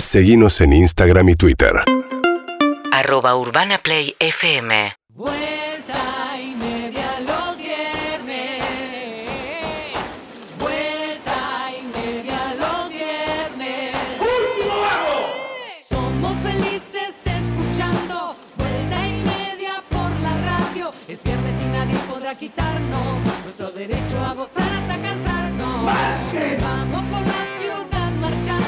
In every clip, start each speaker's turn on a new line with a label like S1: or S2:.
S1: Seguimos en Instagram y Twitter.
S2: Arroba Urbana Play FM.
S3: Vuelta y media los viernes. Vuelta y media los viernes. Somos felices escuchando Vuelta y media por la radio. Es viernes y nadie podrá quitarnos nuestro derecho a gozar hasta cansarnos. Vamos por la ciudad marchando.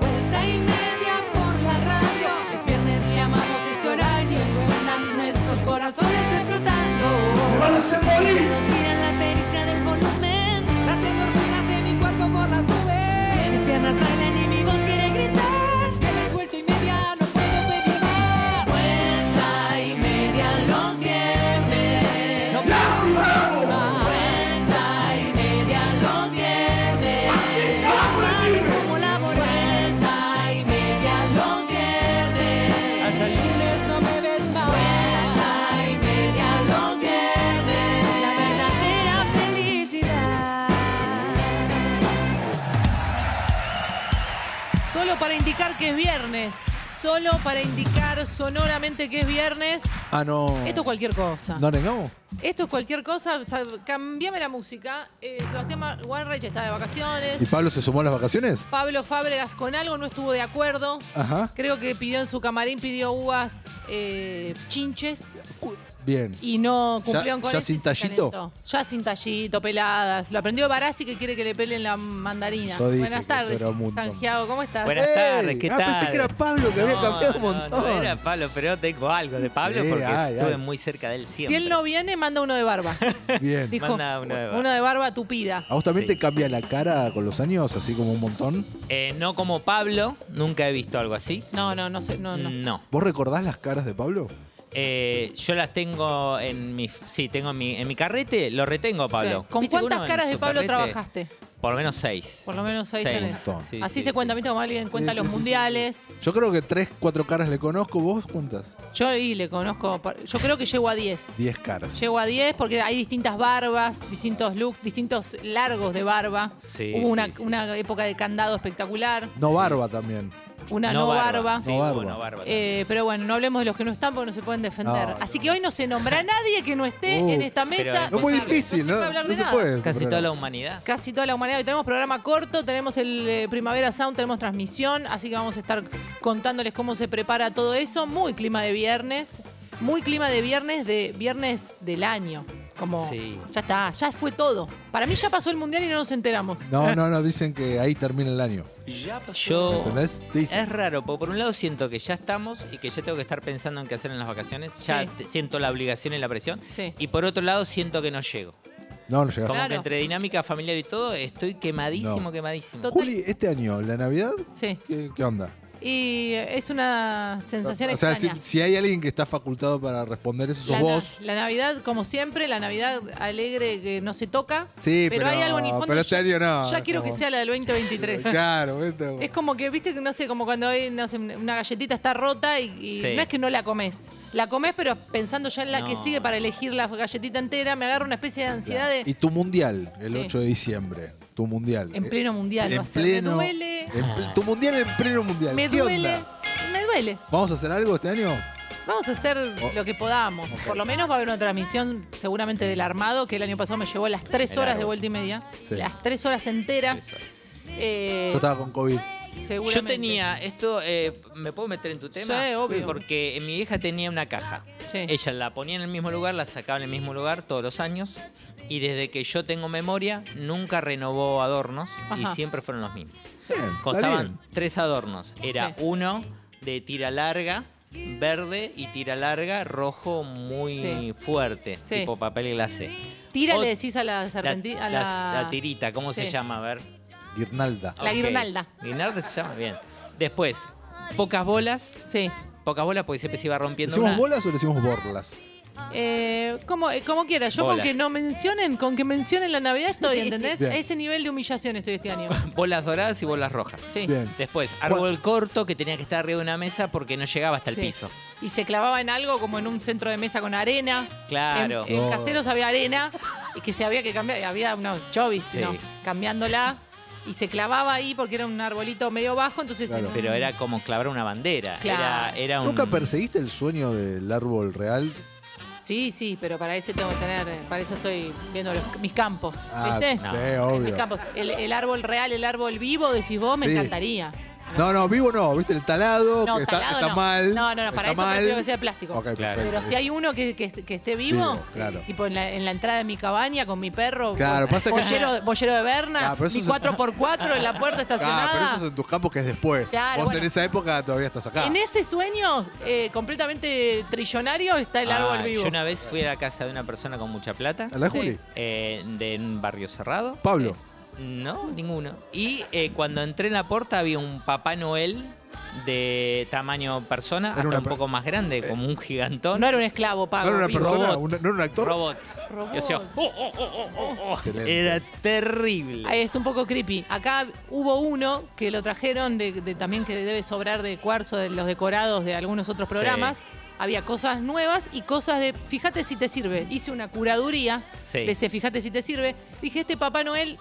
S3: Vuelta y media por la radio. Es viernes y amamos este horario. Suenan nuestros corazones explotando. van a hacer morir! la perilla del volumen. Las endorfinas de mi cuerpo por las nubes. Mis piernas bailan y mi voz quiere gritar. Tienes vuelta y media, no puedo pedir más. Vuelta y media los viernes. No puedo pedir más. Vuelta y media los viernes. Como la vuelta y media los viernes. Hasta el lunes no me ves más. Vuelta y media los viernes. La verdadera felicidad.
S4: Solo para indicar que es viernes. Solo para indicar sonoramente que es viernes.
S5: Ah, no.
S4: Esto es cualquier cosa.
S5: ¿No negamos?
S4: Esto es cualquier cosa. O sea, cambiame la música. Eh, Sebastián Ma- Wanreich está de
S5: ¿Y
S4: vacaciones.
S5: Pablo se sumó a las vacaciones?
S4: Pablo Fábregas con algo no estuvo de acuerdo.
S5: Ajá.
S4: Creo que pidió en su camarín, pidió uvas eh, chinches
S5: Bien.
S4: y no cumplieron
S5: ¿Ya-
S4: con
S5: ya
S4: eso.
S5: sin
S4: y se
S5: tallito?
S4: calentó. Ya sin tallito, peladas. Lo aprendió Barassi que quiere que le pelen la mandarina.
S5: Yo dije
S4: Buenas
S5: que eso
S4: tardes,
S5: era un montón.
S4: Santiago, ¿cómo estás?
S6: Buenas
S5: ¡Ey!
S6: tardes, ¿qué
S5: Ah,
S6: tal?
S5: pensé que era Pablo que había cambiado un montón.
S6: No, era Pablo, pero tengo algo de Pablo
S5: Sí,
S6: porque
S5: ay,
S6: estuve
S5: ay.
S6: muy cerca del
S4: Si
S6: siempre.
S4: él no viene, manda uno de barba.
S5: Bien.
S4: Dijo,
S6: Manda uno de barba.
S4: uno de barba tupida.
S5: ¿A vos también
S6: Sí,
S5: te cambia la cara con los años, así como un montón?
S6: Eh, no como Pablo, nunca he visto algo así.
S4: No, no, no sé, no, no.
S6: No.
S5: ¿Vos recordás las caras de Pablo?
S6: Eh, yo las tengo en mi. Sí, tengo en mi, en mi carrete, lo retengo a Pablo.
S4: Sí. ¿Con
S6: ¿Viste que
S4: cuántas
S6: uno en
S4: caras de
S6: su
S4: Pablo
S6: carrete?
S4: trabajaste?
S6: Por lo menos seis.
S4: Por lo menos seis
S6: Seis.
S4: tenés.
S5: Montón.
S6: Sí,
S4: Así
S6: sí,
S4: se cuenta,
S6: sí.
S4: ¿viste? Como alguien cuenta
S5: sí,
S4: los
S5: sí, sí,
S4: mundiales.
S5: Yo creo que tres, cuatro caras le conozco. ¿Vos cuántas?
S4: Yo ahí le conozco. par- Yo creo que llego a 10.
S5: Diez caras.
S4: Llego a 10 porque hay distintas barbas, distintos looks, distintos largos de barba.
S6: Sí,
S4: Hubo una,
S6: sí, sí.
S4: una época de candado espectacular,
S5: No barba también.
S4: una no, barba.
S6: Sí,
S5: No barba.
S6: bueno, barba.
S4: Eh, pero bueno, no hablemos de los que no están porque no se pueden defender.
S5: No,
S4: Así que hoy no se nombra a nadie que no esté
S5: Uh,
S4: en esta
S6: pero
S4: mesa.
S6: es
S5: Es muy
S6: Imposible.
S5: difícil,
S4: puede
S5: ¿no?
S4: hablar
S5: No
S4: de
S5: se
S4: nada.
S5: puede.
S6: Casi
S5: Pero-
S6: toda la humanidad.
S4: Casi toda la humanidad. Hoy tenemos programa corto, tenemos el eh, Primavera Sound, tenemos transmisión, así que vamos a estar contándoles cómo se prepara todo eso. Muy clima de viernes, muy clima de viernes, de viernes del año. Como
S6: Sí.
S4: ya está, ya fue todo. Para mí ya pasó el mundial y no nos enteramos.
S5: No, no, no. Dicen que ahí termina el año.
S6: Yo.
S5: ¿Entendés? Dicen.
S6: Es raro, porque por un lado siento que ya estamos y que ya tengo que estar pensando en qué hacer en las vacaciones.
S4: Sí.
S6: Ya te- siento la obligación y la presión.
S4: Sí.
S6: Y por otro lado siento que no llego.
S5: No, no llegás.
S6: Como
S4: Claro.
S6: que entre dinámica familiar y todo, estoy quemadísimo,
S5: No.
S6: quemadísimo.
S4: Total.
S5: Juli, este año, la Navidad,
S4: Sí.
S5: ¿qué, qué onda?
S4: Y eh, es una sensación
S5: o sea, si,
S4: extraña.
S5: si hay alguien que está facultado para responder eso, sos
S4: la, na-
S5: vos.
S4: la Navidad, como siempre, la Navidad alegre que no se toca.
S5: Sí,
S4: pero,
S5: pero-
S4: hay algo en el fondo.
S5: pero este
S4: ya-
S5: año no,
S4: Ya
S5: es
S4: quiero que
S5: como-
S4: sea la del 2023.
S5: Claro, esto-
S4: Es como que, viste, que no sé, como cuando hay, no sé, una galletita está rota y, y
S6: Sí.
S4: no es que no la comes. La comes, pero pensando ya en la que
S6: No.
S4: sigue para elegir la galletita entera, me agarra una especie de ansiedad de.
S5: Y tu mundial, el
S4: Sí.
S5: 8 de diciembre. Tu mundial.
S4: En pleno mundial va a ser. Me duele.
S5: en pl- tu mundial en pleno mundial.
S4: Me
S5: ¿Qué
S4: duele. Eh.
S5: onda?
S4: Me duele.
S5: ¿Vamos a hacer algo este año?
S4: Vamos a hacer
S6: Oh.
S4: lo que podamos. Por lo menos va a haber una transmisión seguramente del armado, que el año pasado me llevó las tres
S6: El
S4: horas de
S6: árbol.
S4: vuelta y media.
S5: Sí.
S4: Las tres horas enteras. Eh,
S5: Yo estaba con COVID.
S4: seguramente.
S6: Yo tenía, esto, eh, ¿me puedo meter en tu tema?
S4: Sí, obvio.
S6: Porque mi vieja tenía una caja.
S4: Sí.
S6: Ella la ponía en el mismo lugar, la sacaba en el mismo lugar todos los años. Y desde que yo tengo memoria, nunca renovó adornos y
S4: Ajá.
S6: siempre fueron los mismos.
S5: Bien, está
S6: Costaban
S5: bien.
S6: tres adornos. Era
S4: Sí.
S6: uno de tira larga, verde y tira larga, rojo muy
S4: Sí.
S6: fuerte,
S4: Sí.
S6: tipo papel glacé.
S4: Tira,
S6: Ot-
S4: le decís a la serpenti-
S6: la,
S4: a la,
S6: la- la tirita, ¿cómo
S4: Sí.
S6: se llama? A ver.
S5: Guirnalda.
S4: La
S6: Ok.
S4: guirnalda.
S6: Guirnalda se llama, bien. Después, pocas bolas.
S4: Sí.
S6: Pocas bolas porque siempre se iba rompiendo
S5: ¿Decimos
S6: una.
S5: bolas o le decimos borlas?
S4: Eh, como, eh, como quiera, yo con
S6: Bolas.
S4: que no mencionen, con que mencionen la Navidad estoy, ¿entendés?
S5: Bien.
S4: A ese nivel de humillación estoy este año.
S6: Bolas doradas y bolas rojas.
S4: Sí.
S5: Bien.
S6: Después, árbol corto que tenía que estar arriba de una mesa porque no llegaba hasta el
S4: Sí.
S6: piso.
S4: Y se clavaba en algo como en un centro de mesa con arena.
S6: Claro.
S4: En, en
S5: Oh.
S4: caseros había arena y que se había que cambiar. y Había unos chovis,
S6: Sí.
S4: ¿no? Cambiándola. y se clavaba ahí porque era un arbolito medio bajo, entonces...
S5: Claro.
S4: en un-
S6: Pero era como clavar una bandera.
S4: Claro.
S6: Era, era un.
S5: ¿Nunca perseguiste el sueño del árbol real?
S4: Sí, sí, pero para eso tengo que tener, eh, para eso estoy viendo los- mis campos, ¿viste?
S6: no.
S5: sí,
S4: Mis
S5: Ah, obvio.
S4: campos. El, el árbol real, el árbol vivo, decís vos, me
S5: Sí.
S4: encantaría.
S5: No, no, vivo no, viste, el talado,
S4: No,
S5: que está,
S4: talado
S5: está
S4: no.
S5: mal.
S4: No, no, no, para
S5: está
S4: eso
S5: mal.
S4: prefiero que sea de plástico.
S5: Ok,
S6: Claro.
S5: perfecto.
S4: Pero si hay uno que, que- que esté vivo,
S5: Vivo, eh, claro.
S4: tipo en la, en la entrada de mi cabaña con mi perro,
S5: Claro, pasa que-
S4: bollero, bollero de Berna,
S5: Ah, pero eso
S4: mi
S5: es-
S4: 4x4 en la puerta estacionada.
S5: Ah, pero eso es en tus campos que es después.
S4: Claro,
S5: Vos
S4: bueno.
S5: en esa época todavía estás acá.
S4: En e- ese sueño eh, completamente trillonario está el árbol
S6: Ah,
S4: vivo.
S6: Yo una vez fui a la casa de una persona con mucha plata,
S5: ¿A la
S4: Sí.
S5: Juli?
S6: eh, de un barrio cerrado.
S5: Pablo.
S6: No, ninguno. Y eh, cuando entré en la puerta había un Papá Noel de tamaño persona,
S5: Era
S6: hasta
S5: una
S6: un
S5: per- Eh.
S6: poco más grande, como un gigantón.
S4: No era un esclavo, Pago.
S5: ¿No era una
S4: vivo.
S5: persona?
S6: Robot.
S5: una- ¿No era un actor?
S6: Robot.
S4: Robot.
S6: Y hacía, "Oh, oh, oh, oh, oh".
S5: Excelente.
S6: Era terrible.
S4: Ay, Ah, Es un poco creepy. Acá hubo uno que lo trajeron de, de- también que debe sobrar de cuarzo de los decorados de algunos otros
S6: Sí.
S4: programas. Había cosas nuevas y cosas de fíjate si te sirve. Hice una curaduría
S6: Sí.
S4: de ese fíjate si te sirve. Dije, este Papá Noel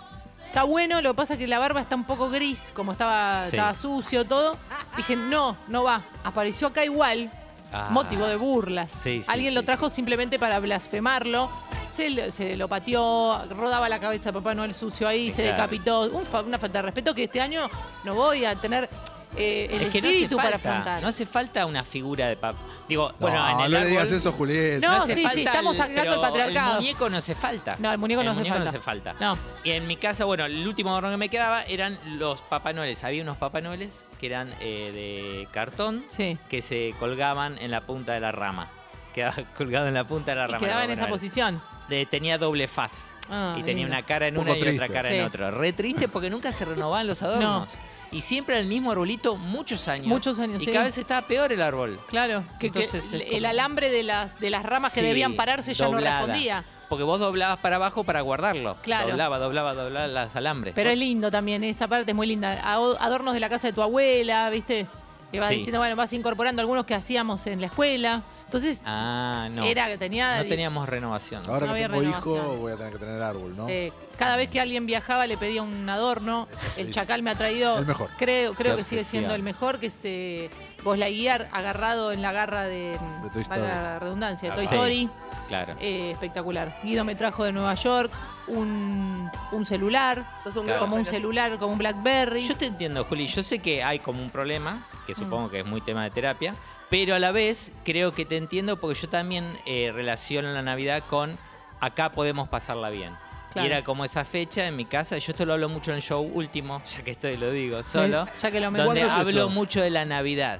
S4: está bueno, lo que pasa es que la barba está un poco gris, como estaba,
S6: Sí.
S4: estaba sucio todo. Dije, no, no va. Apareció acá igual.
S6: Ah.
S4: Motivo de burlas.
S6: Sí, sí,
S4: Alguien
S6: sí,
S4: lo trajo simplemente para blasfemarlo. Se, lo- se lo pateó, rodaba la cabeza de Papá Noel sucio ahí, se
S6: Claro.
S4: decapitó. Un fa- una falta de respeto que este año no voy a tener eh, el
S6: Es que no hace,
S4: espíritu
S6: falta,
S4: para afrontar.
S6: no hace falta una figura de papá. Digo,
S5: No,
S6: bueno, en
S5: no
S6: el
S5: le
S6: árbol-
S5: digas eso, Julián.
S4: No,
S6: hace
S4: sí, sí,
S6: falta
S4: estamos sacando el
S6: pero
S4: patriarcado.
S6: El muñeco no hace falta.
S4: No, el muñeco no hace falta. No.
S6: Y en mi casa, bueno, el último adorno que me quedaba eran los papanoles. Había unos papanoles que eran eh, de cartón
S4: Sí.
S6: que se colgaban en la punta de la rama. Quedaba colgado en la punta de la
S4: Y
S6: rama.
S4: quedaba
S6: el
S4: en esa
S6: Papá Noel.
S4: posición.
S6: De- tenía doble faz.
S4: Ah,
S6: y tenía
S4: lindo.
S6: una cara en
S5: Poco
S6: una y otra
S5: triste.
S6: cara en
S4: Sí.
S6: otra. Re triste porque nunca se renovaban los adornos. Y siempre era el mismo arbolito muchos años.
S4: Muchos años,
S6: Y
S4: sí.
S6: cada vez estaba peor el árbol.
S4: Claro, que, que
S6: Entonces es
S4: el
S6: como-
S4: el alambre de las, de las ramas que
S6: Sí,
S4: debían pararse ya
S6: doblada.
S4: no respondía.
S6: Porque vos doblabas para abajo para guardarlo.
S4: Claro.
S6: Doblaba, doblaba, doblaba las alambres.
S4: Pero es lindo también, esa parte es muy linda. Ado- Adornos de la casa de tu abuela, ¿viste? Que vas
S6: Sí.
S4: diciendo, bueno, vas incorporando algunos que hacíamos en la escuela. Entonces,
S6: Ah, no.
S4: era que tenía.
S6: No teníamos renovación.
S5: Ahora
S4: No
S5: que
S4: había
S5: tengo hijo,
S4: renovación.
S5: voy a tener que tener árbol, ¿no?
S4: eh, cada vez que alguien viajaba le pedía un adorno. El chacal me ha traído.
S5: El mejor.
S4: Creo, creo
S6: Qué
S4: que sigue
S6: obsesión.
S4: siendo el mejor, que es eh, Buzz Lightyear agarrado en la garra de.
S5: De Toy
S4: valga
S5: Story.
S4: la redundancia, de Toy
S6: Ah, Sí.
S4: Story.
S6: Claro.
S4: Eh, espectacular. Guido me trajo de Nueva York un, un celular,
S6: Claro.
S4: como un celular, como un Blackberry.
S6: Yo te entiendo, Juli. Yo sé que hay como un problema,
S4: Mm.
S6: que supongo que es muy tema de terapia, pero a la vez creo que te entiendo porque yo también eh, relaciono la Navidad con acá podemos pasarla bien.
S4: Claro.
S6: Y era como esa fecha en mi casa. Yo esto lo hablo mucho en el show último, ya que estoy lo digo solo.
S4: Eh, Ya que lo me
S6: donde
S5: ¿Cuándo es
S6: hablo
S5: esto?
S6: mucho de la Navidad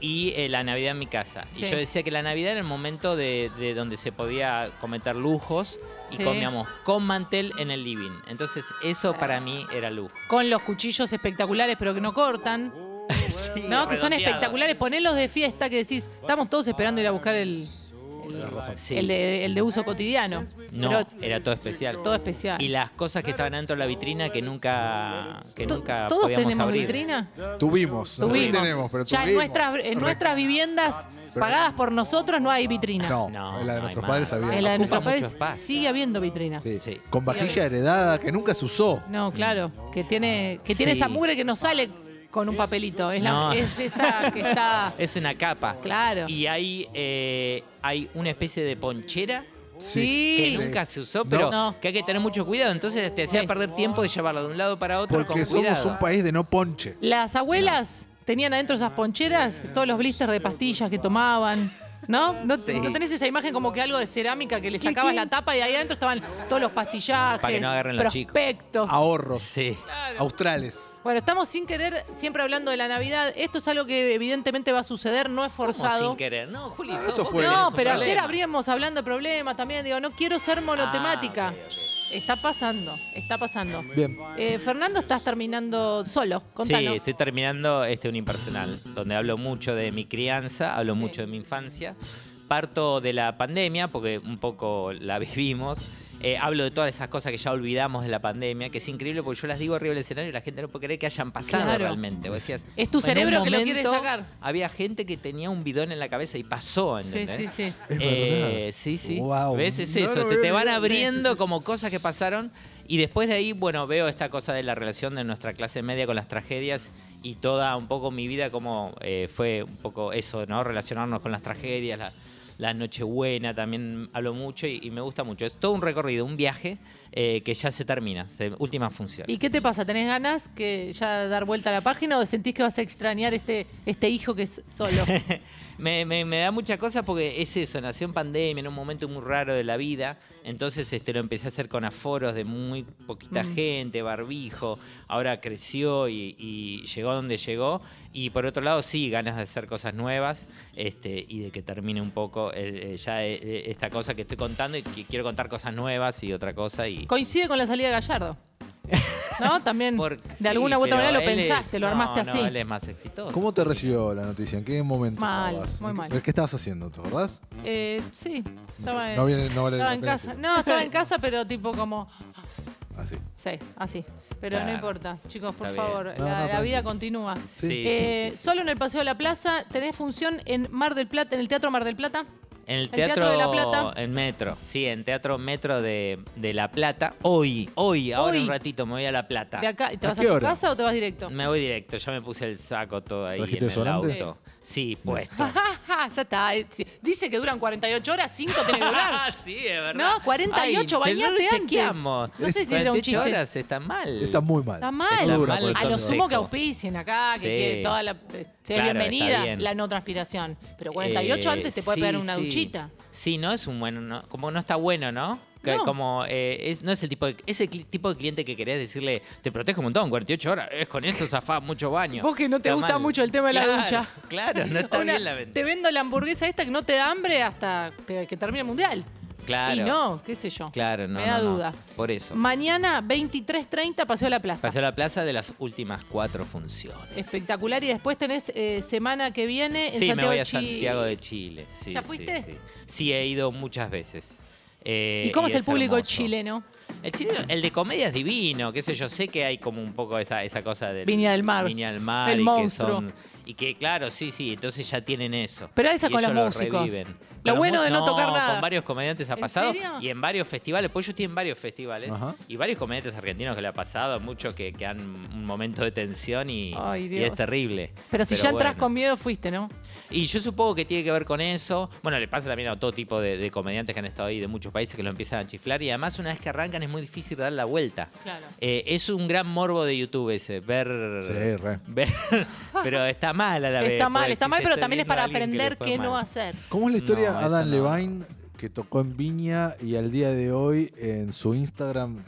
S6: y eh, la Navidad en mi casa.
S4: Sí.
S6: Y yo decía que la Navidad era el momento de, de donde se podía cometer lujos y
S4: Sí.
S6: comíamos con mantel en el living. Entonces eso para mí era lujo.
S4: con los cuchillos espectaculares, pero que no cortan.
S6: Uh, Sí,
S4: no, que son
S6: redondeados.
S4: espectaculares. Ponelos de fiesta que decís, estamos todos esperando ir a buscar el, el,
S6: Sí.
S4: el de, el de uso cotidiano.
S6: No,
S4: Pero
S6: era todo especial.
S4: todo especial.
S6: Y las cosas que estaban dentro de la vitrina que nunca, que
S4: To-
S6: nunca
S4: ¿Todos
S6: podíamos
S4: tenemos
S6: abrir.
S4: vitrina?
S5: Tuvimos. no sé si
S4: Tuvimos.
S5: tenemos, pero
S4: ya en
S5: tuvimos.
S4: nuestras, en
S5: Re-
S4: nuestras viviendas pagadas por nosotros no hay vitrina.
S5: No,
S6: No,
S5: en la de
S6: no
S5: nuestros
S6: hay
S5: padres
S6: más.
S5: había.
S4: En la de
S6: Ocupa
S4: nuestros
S6: mucho
S4: padres
S6: espacio.
S4: sigue habiendo vitrina.
S5: Sí.
S6: Sí.
S5: Con vajilla heredada que nunca se usó.
S4: No, claro, que tiene, que tiene
S6: Sí.
S4: esa mugre que no sale con un papelito. Es, la-
S6: No.
S4: es esa que está.
S6: Es una capa.
S4: Claro.
S6: Y hay, eh, hay una especie de ponchera
S4: Sí.
S6: que nunca se usó, pero
S4: No.
S6: que hay que tener mucho cuidado. Entonces te hacía
S4: Sí.
S6: perder tiempo de llevarla de un lado para otro
S5: Porque
S6: con
S5: somos
S6: cuidado.
S5: un país de no ponche.
S4: Las abuelas tenían adentro esas poncheras, todos los blisters de pastillas que tomaban. ¿No? ¿No,
S6: Sí.
S4: no tenés esa imagen como que algo de cerámica que le sacabas la tapa y ahí adentro estaban todos los pastillajes,
S6: Para que no agarren los chicos. Ah.
S4: prospectos?
S5: Ahorros.
S6: Sí.
S5: Australes.
S4: Bueno, estamos sin querer siempre hablando de la Navidad. Esto es algo que evidentemente va a suceder, no es
S6: Como
S4: forzado.
S6: sin querer. No, Juli, sos
S5: Ah, esto
S6: vos
S5: fue-
S6: que tenés
S4: No,
S6: un
S4: pero ayer
S6: problema.
S4: abrimos hablando de problemas también. Digo, no quiero ser monotemática.
S6: Ah, ok, ok.
S4: Está pasando, está pasando.
S5: Bien.
S4: Eh, Fernando, estás terminando solo.
S6: Sí,
S4: Contanos.
S6: estoy terminando este un impersonal, donde hablo mucho de mi crianza, hablo mucho de mi infancia. Parto de la pandemia, porque un poco la vivimos. Eh, hablo de todas esas cosas que ya olvidamos de la pandemia, que es increíble porque yo las digo arriba del escenario y la gente no puede creer que hayan pasado
S4: Claro.
S6: realmente. Vos decías,
S4: Es tu
S6: en un
S4: cerebro que lo quiere
S6: momento
S4: sacar.
S6: Había gente que tenía un bidón en la cabeza y pasó,
S4: Sí,
S6: ¿entendés?
S4: sí, sí.
S5: Es
S6: Eh,
S5: verdad.
S6: sí, sí.
S5: Wow.
S6: ¿Ves? Es
S5: No
S6: eso.
S5: lo
S6: se te
S5: había
S6: van
S5: olvidado.
S6: abriendo como cosas que pasaron. Y después de ahí, bueno, veo esta cosa de la relación de nuestra clase media con las tragedias y toda un poco mi vida como eh, fue un poco eso, ¿no? Relacionarnos con las tragedias, la, la Nochebuena también hablo mucho y, y me gusta mucho. Es todo un recorrido, un viaje eh, que ya se termina, se- última función.
S4: ¿Y qué te pasa? ¿Tenés ganas que ya dar vuelta a la página o sentís que vas a extrañar este, este hijo que es solo?
S6: me, me- me da mucha cosa porque es eso, nació en pandemia, en un momento muy raro de la vida. Entonces este, lo empecé a hacer con aforos de muy poquita
S4: Mm.
S6: gente, barbijo. Ahora creció y, y llegó donde llegó. Y por otro lado, sí, ganas de hacer cosas nuevas este, y de que termine un poco el- eh, ya eh, eh, esta cosa que estoy contando y que quiero contar cosas nuevas y otra cosa. Y,
S4: Coincide con la salida de Gallardo. ¿No? También
S6: Por-
S4: de
S6: sí,
S4: alguna u otra
S6: pero
S4: manera lo
S6: él es-
S4: pensaste, lo
S6: no,
S4: armaste
S6: no,
S4: así.
S6: él es más exitoso.
S5: ¿Cómo te recibió la noticia? ¿En qué momento?
S4: Mal,
S5: estabas?
S4: muy
S5: ¿En qué-
S4: mal.
S5: ¿Qué estabas haciendo? ¿Te acordás?
S4: Eh, sí, estaba en,
S5: No viene- no vale
S4: estaba
S5: la
S4: en
S5: pena Ah,
S4: casa.
S5: decir.
S4: No, estaba en casa, pero tipo como.
S5: Así.
S4: Sí, así. Pero no
S6: Claro.
S4: importa, chicos, por
S6: Está bien.
S4: favor.
S5: No,
S4: la,
S5: no,
S4: la
S5: tranqui.
S4: vida continúa.
S6: Sí, sí,
S4: Eh,
S6: sí, sí.
S4: Solo en el Paseo de la Plaza, tenés función en Mar del Plata, en el Teatro Mar del Plata.
S6: En el
S4: Teatro
S6: Teatro,
S4: de La Plata.
S6: En Metro, sí, en Teatro Metro de, de La Plata. Hoy, hoy, ahora
S4: Hoy.
S6: un ratito me voy a La Plata.
S4: De acá, ¿Te
S5: ¿A
S4: vas a
S5: qué
S4: tu
S5: hora?
S4: casa o te vas directo?
S6: Me voy directo, ya me puse el saco todo ahí
S5: ¿Trajiste
S6: en el
S5: desodorante?
S6: auto. Sí, puesto.
S4: Ajá, ya está. Eh, sí. Dice que duran 48 horas, 5 tiene que durar.
S6: Ah, sí, es verdad.
S4: No, 48,
S6: Ay, pero no lo
S4: bañate antes.
S6: chequeamos.
S4: No sé si era un
S6: 48
S4: chiste.
S6: horas está mal.
S5: Está muy mal.
S4: Está
S6: Está
S4: mal.
S5: dura por el
S4: a lo
S5: consejo.
S4: sumo que auspicien acá, que
S6: Sí.
S4: quede toda la. eh, Sea
S6: Claro, está
S4: bienvenida
S6: bien.
S4: la no transpiración. Pero 48
S6: Eh,
S4: antes te puede
S6: sí,
S4: pegar una
S6: sí.
S4: duchita.
S6: Sí, no es un bueno, no- como no está bueno, ¿no? Que
S4: No.
S6: Como eh, es, no es el tipo de, ese cli- tipo de cliente que querés decirle, te protejo un montón, 48 horas, es con esto zafás mucho baño.
S4: Vos que no te
S6: Está
S4: gusta
S6: mal.
S4: mucho el tema de la
S6: Claro,
S4: ducha.
S6: Claro, no está
S4: Una-
S6: bien la
S4: Te
S6: venta.
S4: vendo la hamburguesa esta que no te da hambre hasta que, que termine el mundial.
S6: Claro.
S4: Y no, qué sé yo.
S6: Claro, no.
S4: Me da
S6: no, no.
S4: duda.
S6: Por eso.
S4: Mañana, 23.30, Paseo a la Plaza.
S6: Pasó a la plaza de las últimas cuatro funciones.
S4: Espectacular. Y después tenés eh, semana que viene Eh, en
S6: Sí,
S4: Santiago
S6: me voy a
S4: Chi-
S6: Santiago de Chile. Sí,
S4: ¿Ya
S6: sí,
S4: fuiste?
S6: Sí, Sí, he ido muchas veces. Eh,
S4: ¿Y cómo es el público
S6: hermoso.
S4: chileno?
S6: El chileno, el de comedia es divino, qué sé yo, sé que hay como un poco esa, esa cosa de
S4: Viña del Mar.
S6: Viña del Mar
S4: El
S6: y
S4: monstruo.
S6: que son y que claro, sí, sí, entonces ya tienen eso.
S4: Pero esa
S6: Y
S4: con
S6: ellos
S4: los
S6: lo
S4: músicos.
S6: reviven.
S4: Lo
S6: Con los
S4: bueno
S6: mu-
S4: de no tocar nada.
S6: con varios comediantes ha
S4: ¿En
S6: pasado
S4: serio?
S6: y en varios festivales, pues yo estoy en varios festivales
S5: Ajá.
S6: y varios comediantes argentinos que le ha pasado, muchos que, que han un momento de tensión y,
S4: Ay,
S6: y
S4: Dios.
S6: es terrible.
S4: Pero si ya entras
S6: bueno.
S4: con miedo, fuiste, ¿no?
S6: Y yo supongo que tiene que ver con eso. Bueno, le pasa también a todo tipo de, de comediantes que han estado ahí de muchos países que lo empiezan a chiflar. Y además, una vez que arrancan, es muy difícil dar la vuelta.
S4: Claro.
S6: Eh, es un gran morbo de YouTube ese, ver.
S5: Sí, re.
S6: ver- pero está mal a la vez.
S4: Está mal,
S6: porque
S4: está
S6: si
S4: mal,
S6: se
S4: pero
S6: estoy
S4: también es
S6: viendo
S4: para
S6: a alguien que le
S4: aprender
S6: fue
S4: qué no
S6: mal.
S4: hacer.
S5: ¿Cómo es la historia
S6: No,
S5: de
S6: esa
S5: Adam
S6: no.
S5: Levine que tocó en Viña y al día de hoy en su Instagram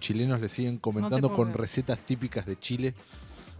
S5: chilenos le siguen comentando
S4: puedo
S5: con
S4: creer.
S5: recetas típicas de Chile?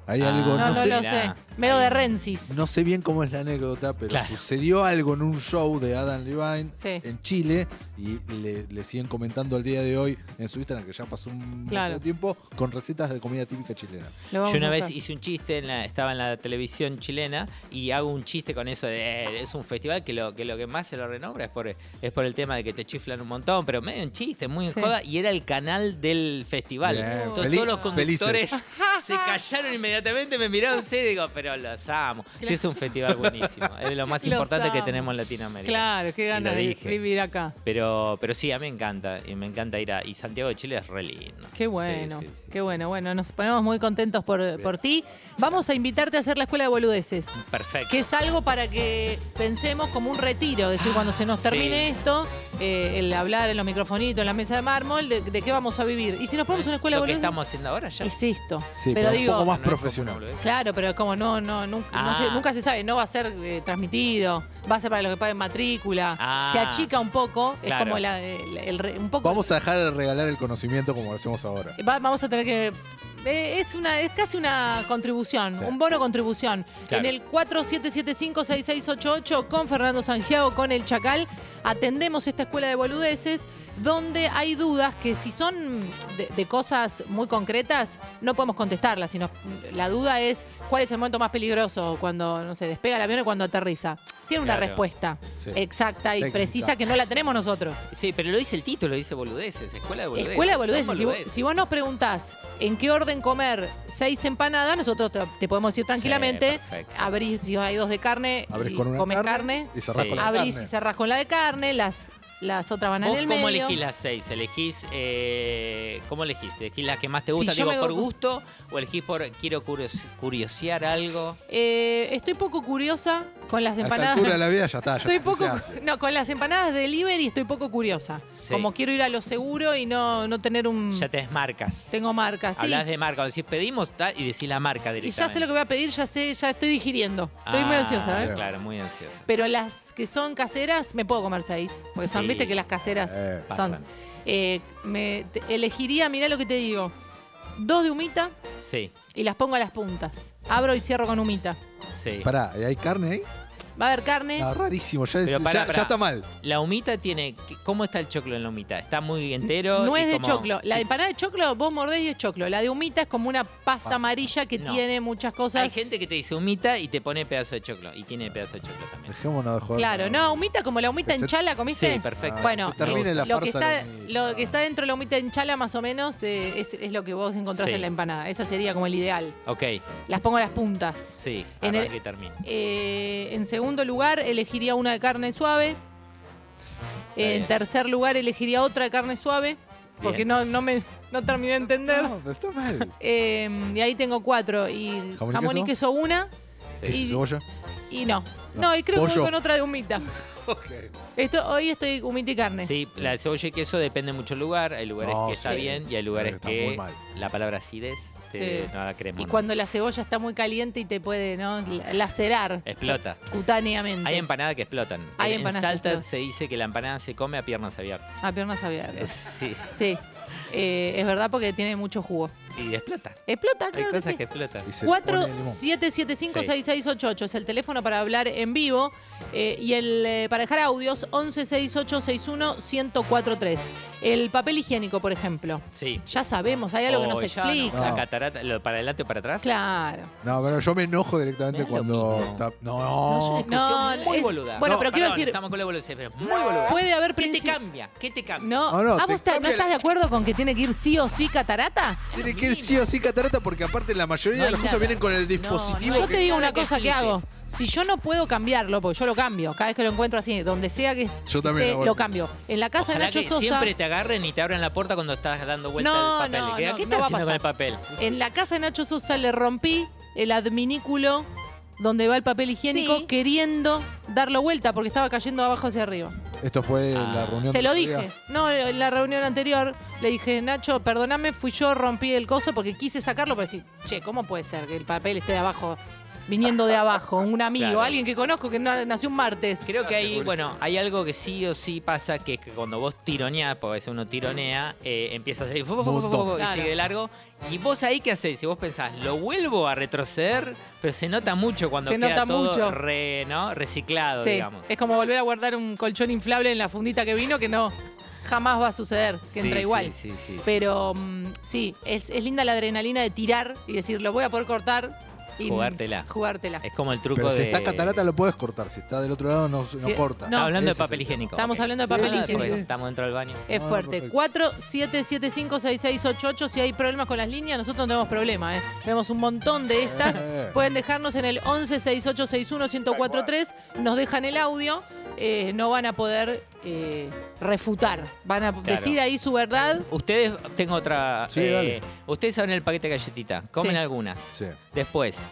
S5: Hay
S6: Ah.
S5: algo,
S4: No,
S5: no,
S4: no,
S5: sé,
S4: lo sé.
S6: Mirá.
S4: Medio
S6: Ahí.
S4: de Rensis.
S5: no sé bien cómo es la anécdota, pero
S6: Claro.
S5: sucedió algo en un show de Adam Levine
S4: Sí.
S5: en Chile y le, le siguen comentando al día de hoy en su Instagram, que ya pasó un montón
S4: Claro.
S5: de tiempo, con recetas de comida típica chilena.
S4: Lo vamos
S6: Yo una
S4: a
S6: vez
S4: buscar.
S6: hice un chiste, en la- estaba en la televisión chilena y hago un chiste con eso de eh, es un festival que lo que, lo que más se lo renombra es por, es por el tema de que te chiflan un montón, pero medio un chiste, muy en
S4: Sí.
S6: joda, y era el canal del festival.
S5: Bien,
S6: Entonces,
S5: feliz-
S6: todos los conductores
S5: felices.
S6: se callaron inmediatamente, me miraron serio y digo, pero los amo. Sí, es un festival buenísimo, es de lo más
S4: Los
S6: importante que
S4: amo.
S6: tenemos en Latinoamérica.
S4: Claro, qué
S6: Y
S4: ganas
S6: lo
S4: de
S6: dije.
S4: vivir acá.
S6: Pero, pero sí, a mí me encanta, y me encanta ir a... Y Santiago de Chile es re lindo. Sí,
S4: Qué bueno,
S6: sí, sí,
S4: qué
S6: sí.
S4: bueno. Bueno, nos ponemos muy contentos por, por ti. Vamos a invitarte a hacer la escuela de boludeces.
S6: Perfecto.
S4: Que es algo para que pensemos como un retiro, es decir, cuando se nos
S6: Sí.
S4: termine esto, eh, el hablar en los microfonitos, en la mesa de mármol, de, de qué vamos a vivir. Y si nos ponemos
S6: ¿No
S4: una
S6: es
S4: escuela de
S6: lo que
S4: boludeces,
S6: estamos haciendo ahora ya.
S4: es esto.
S5: Sí,
S4: pero,
S5: pero,
S4: digo,
S5: un poco más
S6: No es
S5: profesional.
S6: como una boludez.
S4: Claro, pero como no, no, nunca, no se,
S6: Ah.
S4: nunca se sabe, no va a ser eh, transmitido, va a ser para los que paguen matrícula,
S6: Ah.
S4: se achica un poco, es
S6: Claro.
S4: como la, el- el re- un poco
S5: Vamos a dejar de regalar el conocimiento como lo hacemos ahora.
S4: Va- vamos a tener que Eh, es, una, es casi una contribución,
S5: Sí.
S4: un bono contribución.
S6: Claro.
S4: En el 4775-6688 con Fernando Sangiago, con el Chacal, atendemos esta escuela de boludeces donde hay dudas que si son de, de cosas muy concretas, no podemos contestarlas. Sino, la duda es cuál es el momento más peligroso cuando, no sé, despega el avión o cuando aterriza. Tiene una
S6: Claro.
S4: respuesta
S5: Sí.
S4: exacta y
S5: Técnica.
S4: precisa que no la tenemos nosotros.
S6: Sí, pero lo dice el título, dice boludeces, escuela de boludeces.
S4: Escuela de
S6: son
S4: boludeces. Si vos, si vos nos preguntás en qué orden comer seis empanadas, nosotros te, te podemos decir
S6: Sí,
S4: tranquilamente,
S6: perfecto.
S4: abrís si hay dos de carne,
S5: Abrís
S4: y
S5: con una
S4: comes
S5: carne,
S4: carne,
S5: y cerrás
S6: Sí.
S5: con la
S4: abrís
S5: carne.
S4: y cerrás con la de carne, las, las otras van en
S6: ¿Vos
S4: el
S6: cómo
S4: medio.
S6: elegís las seis? ¿Elegís, eh, ¿Cómo elegís? ¿Elegís las que más te
S4: Si
S6: gustan,
S4: yo me-
S6: digo, por gusto? ¿O elegís por quiero curios- curiosear algo?
S4: Eh, estoy poco curiosa con las
S5: A esta altura de
S4: empanadas.
S5: la vida ya está. ya
S4: Estoy poco,
S5: curioseaste.
S4: no, con las empanadas de delivery estoy poco curiosa.
S6: Sí.
S4: Como quiero ir a lo seguro y no, no tener un...
S6: Ya tenés marcas.
S4: Tengo marcas. Mm. Sí.
S6: Hablas de marca, o decís pedimos ta- y decís la marca
S4: Y
S6: directamente.
S4: ya sé lo que voy a pedir, ya sé, ya estoy digiriendo. Estoy muy
S6: Ah,
S4: ansiosa, ¿eh?
S6: Claro, muy ansiosa.
S4: Pero las que son caseras, me puedo comer seis. Porque son,
S6: Sí.
S4: viste que las caseras
S5: Eh,
S6: Pasan.
S4: son. Eh, me te- elegiría, mirá lo que te digo, dos de humita
S6: Sí,
S4: y las pongo a las puntas. Abro y cierro con humita.
S6: sí.
S5: Pará, ¿hay carne ahí?
S4: Va a haber carne.
S5: No, rarísimo, ya, es-
S6: Pero pará,
S5: ya- ya
S6: pará.
S5: está mal.
S6: La humita tiene. ¿Cómo está el choclo en la humita? ¿Está muy entero?
S4: no
S6: y
S4: es de
S6: como-
S4: choclo. La de empanada de choclo, vos mordés y es choclo. La de humita es como una pasta
S5: Pasta.
S4: amarilla que
S6: No.
S4: tiene muchas
S6: Hay
S4: cosas.
S6: gente que te dice humita y te pone pedazo de choclo. Y tiene pedazo de choclo también.
S5: Dejémonos de joder.
S4: Claro, no, humita como la humita
S5: Que se-
S4: en chala, ¿comiste?
S6: Sí, perfecto.
S5: Ah,
S4: Bueno,
S5: se termine
S4: eh,
S5: la
S4: lo, que
S5: farsa
S4: está,
S5: de la humita.
S4: lo que está dentro de la humita en chala, más o menos, eh, es, es lo que vos encontrás
S6: Sí.
S4: en la empanada. Esa sería como el ideal.
S6: Ok,
S4: Las pongo a las puntas.
S6: sí.
S4: En el-
S6: Arranque y termino.
S4: Eh, en segundo lugar, elegiría una de carne suave. en
S6: bien.
S4: tercer lugar, elegiría otra de carne suave. Porque
S6: Bien.
S4: no, no me no terminé de entender.
S5: No, pero está mal.
S4: Eh, y ahí tengo cuatro. Y
S5: ¿Jamón
S4: jamón,
S5: y
S4: y queso una.
S6: Sí.
S5: ¿Queso
S4: Y-
S5: y cebolla?
S4: Y no.
S5: No.
S4: No, y creo que
S5: Pollo.
S4: voy con otra de humita. Esto, hoy estoy humita y carne.
S6: Sí, la de cebolla y queso depende mucho del lugar. Hay lugares
S5: No,
S6: que está
S5: sí.
S6: bien y hay lugares
S5: Está muy
S6: que
S5: mal.
S6: la palabra acidez te-
S4: Sí.
S6: no la queremos.
S4: Y
S6: ¿no?
S4: cuando la cebolla está muy caliente y te puede ¿no? la- lacerar
S6: Explota.
S4: cutáneamente.
S6: Hay empanadas que explotan.
S4: Hay
S6: en
S4: empanadas que
S6: Salta
S4: explotan.
S6: se dice que la empanada se come a piernas abiertas.
S4: A piernas abiertas.
S6: Es- sí,
S4: Sí. Eh, es verdad porque tiene mucho jugo.
S6: y explota.
S4: Explota,
S6: Hay
S4: Ah, claro que
S6: cosas
S4: sí.
S6: que explotan.
S5: Y se pone limón.
S4: 4775-6688 es el teléfono para hablar en vivo eh, y el eh, para dejar audios 116861-1043. El papel higiénico, por ejemplo.
S6: Sí.
S4: Ya sabemos, hay algo que no
S6: Oh,
S4: se
S6: ya, ¿no?
S4: explica.
S6: La catarata, lo para adelante o para atrás.
S4: Claro.
S5: No, pero yo me enojo directamente
S6: Mirá lo
S5: cuando
S6: mismo.
S5: está. No,
S6: No,
S5: no.
S6: es una discusión
S4: No,
S6: muy
S4: es-
S6: boluda.
S4: bueno,
S6: No,
S4: pero quiero
S6: perdón,
S4: decir-
S6: Estamos con la evolución, pero es muy boluda.
S4: Puede haber
S6: ¿Qué te
S4: princi-
S6: cambia? ¿Qué te cambia?
S4: No,
S5: No, no,
S4: ¿Ah,
S5: te
S4: vos ta- ¿no
S5: cambia
S4: estás
S5: la-
S4: de acuerdo con que tiene que ir sí o sí catarata?
S5: Tiene que ir sí o sí catarata porque aparte la mayoría
S6: No hay
S5: de las cosas
S6: nada.
S5: vienen con el
S6: No,
S5: dispositivo.
S4: Yo
S5: que-
S4: te digo
S6: nada
S4: una
S6: que
S4: cosa que
S6: explique.
S4: hago. Si yo no puedo cambiarlo, porque yo lo cambio, cada vez que lo encuentro así, donde sea que
S5: Yo también
S4: esté,
S5: lo hago.
S4: lo cambio. En la casa
S6: Ojalá
S4: de Nacho
S6: que
S4: Sosa.
S6: siempre te agarren y te abran la puerta cuando estás dando vuelta
S4: No,
S6: al papel.
S4: no,
S6: Que digan,
S4: no,
S6: ¿Qué
S4: no
S6: estás
S4: va a
S6: haciendo con
S4: pasar.
S6: el papel?
S4: En la casa de Nacho Sosa le rompí el adminículo donde va el papel higiénico
S7: Sí.
S4: queriendo darlo vuelta porque estaba cayendo abajo hacia arriba.
S5: Esto fue
S6: Ah.
S5: la reunión.
S4: Se
S5: del
S4: lo
S5: otro
S4: dije.
S5: día.
S4: No, en la reunión anterior le dije, Nacho, perdóname, fui yo, rompí el coso porque quise sacarlo, pero decir, che, ¿cómo puede ser que el papel esté de abajo, viniendo de abajo? Un amigo,
S6: Claro.
S4: alguien que conozco que na- nació un martes.
S6: Creo que ahí, bueno, hay algo que sí o sí pasa, que es que cuando vos tironeás, porque a veces uno tironea, eh, empieza a salir fu- fu- fu- fu- fu- y
S4: Claro.
S6: sigue de largo. Y vos ahí qué hacés, si vos pensás, lo vuelvo a retroceder, pero se nota mucho cuando
S4: Se
S6: queda
S4: nota
S6: todo
S4: mucho.
S6: re, ¿no? reciclado,
S4: Sí,
S6: digamos.
S4: es como volver a guardar un colchón inflable en la fundita que vino que no, jamás va a suceder,
S6: Sí,
S4: siempre
S6: sí,
S4: igual.
S6: Sí, sí, sí.
S4: Pero mm, sí, es, es linda la adrenalina de tirar y decir, lo voy a poder cortar y
S6: Jugártela.
S4: jugártela.
S6: Es como el truco
S5: Pero si
S6: de-
S5: está catarata lo puedes cortar. Si está del otro lado no, no
S4: Sí,
S5: corta.
S4: no.
S6: Ah, hablando de
S5: Ese es
S6: papel
S5: el-
S6: higiénico.
S4: Estamos
S6: ok.
S4: hablando de
S5: Sí,
S4: papel
S5: sí,
S4: higiénico.
S5: sí.
S6: Estamos dentro del baño.
S4: Es
S5: Ah,
S4: fuerte.
S5: perfecto.
S4: 47756688. Si hay problemas con las líneas, nosotros no tenemos problema. ¿eh? Tenemos un montón de estas.
S5: Eh.
S4: Pueden dejarnos en el 1168611043. Nos dejan el audio. Eh, no van a poder eh, refutar. Van a decir ahí su verdad.
S6: Ustedes, tengo otra.
S5: Sí,
S6: eh,
S5: dale.
S6: ustedes saben el paquete de galletita. Comen
S4: Sí.
S6: algunas.
S5: Sí.
S6: Después,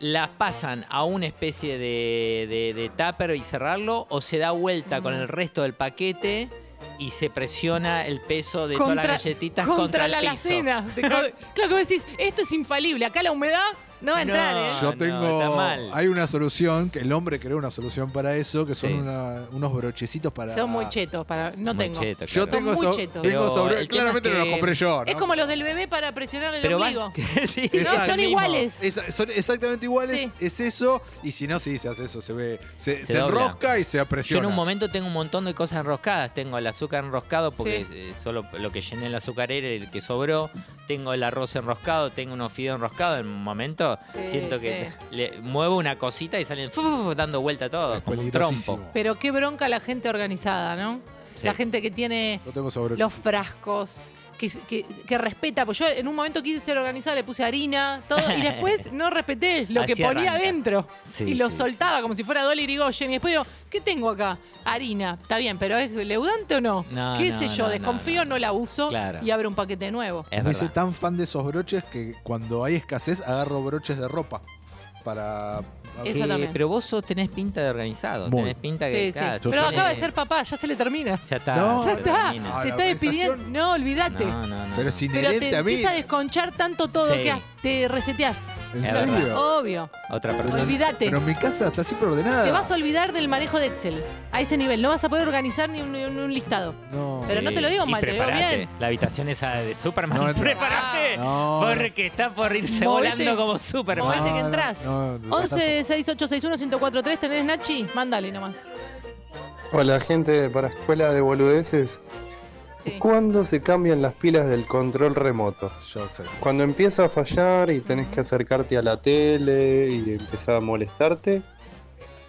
S6: ¿las pasan a una especie de, de, de tupper y cerrarlo? ¿O se da vuelta con el resto del paquete y se presiona el peso de todas las galletitas contra,
S4: contra la
S6: el piso?
S4: alacena. Te co- claro que vos decís, esto es infalible. Acá la humedad No va a entrar, ¿eh?
S5: Yo
S6: Ah, no,
S5: tengo.
S6: está mal.
S5: Hay una solución, que el hombre creó una solución para eso, que son
S6: Sí.
S5: una- unos brochecitos para.
S4: Son muy chetos. Para... No
S6: Muy
S4: tengo.
S6: cheto,
S5: Yo
S6: claro.
S5: tengo,
S4: Son muy
S5: so-
S4: chetos.
S5: tengo
S6: Pero
S5: sobre.
S6: el tema
S5: Claramente
S6: es
S5: no los
S6: que-
S5: compré yo.
S4: Es
S5: ¿no?
S4: como los del bebé para presionar el
S6: Pero vas-
S4: ombligo.
S6: sí,
S5: No,
S6: es
S4: son
S6: el mismo.
S4: iguales.
S5: Esa- son exactamente iguales,
S4: Sí.
S5: es eso, y si no, sí, se hace eso, se ve, se,
S6: Se
S5: se
S6: dobla.
S5: enrosca y se
S6: Yo
S5: apresiona.
S6: en un momento tengo un montón de cosas enroscadas. Tengo el azúcar enroscado porque
S4: Sí.
S6: eh, solo lo que llené el azúcar era el que sobró. Tengo el arroz enroscado, tengo unos fideos enroscados. En un momento
S4: Sí,
S6: siento que le muevo una cosita y salen ¡fuf! dando vuelta todo,
S5: Es
S6: como un
S5: peligrosísimo.
S6: trompo.
S4: Pero qué bronca la gente organizada, ¿no?
S6: Sí.
S4: La gente que tiene
S5: Yo tengo sobre.
S4: los frascos, que, que- que respeta. Pues yo en un momento quise ser organizada, le puse harina, todo, y después no respeté lo que
S6: Así
S4: ponía
S6: arranca.
S4: adentro.
S6: Sí,
S4: y lo
S6: sí,
S4: soltaba como si fuera Dolly Irigoyen. Y después digo, ¿qué tengo acá? Harina, está bien, pero ¿es leudante o no?
S6: No,
S4: ¿Qué
S6: no,
S4: sé yo?
S6: no, no,
S4: Desconfío, no,
S6: no.
S4: la uso
S6: Claro.
S4: y abro un paquete nuevo.
S6: Es
S5: Me hice
S6: verdad.
S5: tan fan de esos broches que cuando hay escasez agarro broches de ropa para.
S4: Esa
S6: Eh,
S4: también.
S6: pero vos sos, tenés pinta de organizado.
S5: Muy.
S6: Tenés pinta
S4: Sí,
S6: que.
S4: sí.
S6: claro,
S4: Pero
S6: sos-
S4: acaba de
S6: eh,
S4: ser papá, ya se le termina.
S6: Ya está.
S5: No,
S4: ya
S6: se
S4: está,
S6: termina.
S5: Ah,
S4: se
S5: la
S4: está despidiendo.
S5: organización-
S4: No, olvídate.
S6: No, no, no.
S5: Pero es
S4: Pero
S5: inherente
S4: te
S5: a mí.
S4: empieza a desconchar tanto todo
S6: Sí.
S4: que hasta te reseteás.
S5: ¿En
S6: Es
S5: serio?
S6: verdad.
S4: Obvio.
S6: Otra persona.
S4: Olvídate.
S5: Pero mi casa está siempre ordenada.
S4: Te vas a olvidar del manejo de Excel. A ese nivel. No vas a poder organizar ni un, ni un- un listado.
S5: No.
S4: Pero no te lo digo
S6: y
S4: mal, te lo digo
S6: preparate.
S4: bien.
S6: La habitación esa de Superman.
S5: No, no.
S6: ¡Prepárate!
S5: No, no.
S6: porque está por irse
S4: Movete.
S6: volando como
S4: Movete
S6: Superman.
S5: No,
S4: que
S5: no,
S4: entras.
S5: no, no,
S4: 11 6861 1043 ¿Tenés Nachi? Mándale nomás.
S7: Hola gente para Escuela de Boludeces.
S4: Sí.
S7: ¿Cuándo se cambian las pilas del control remoto?
S5: Yo sé.
S7: Cuando empieza a fallar y tenés que acercarte a la tele y empieza a molestarte.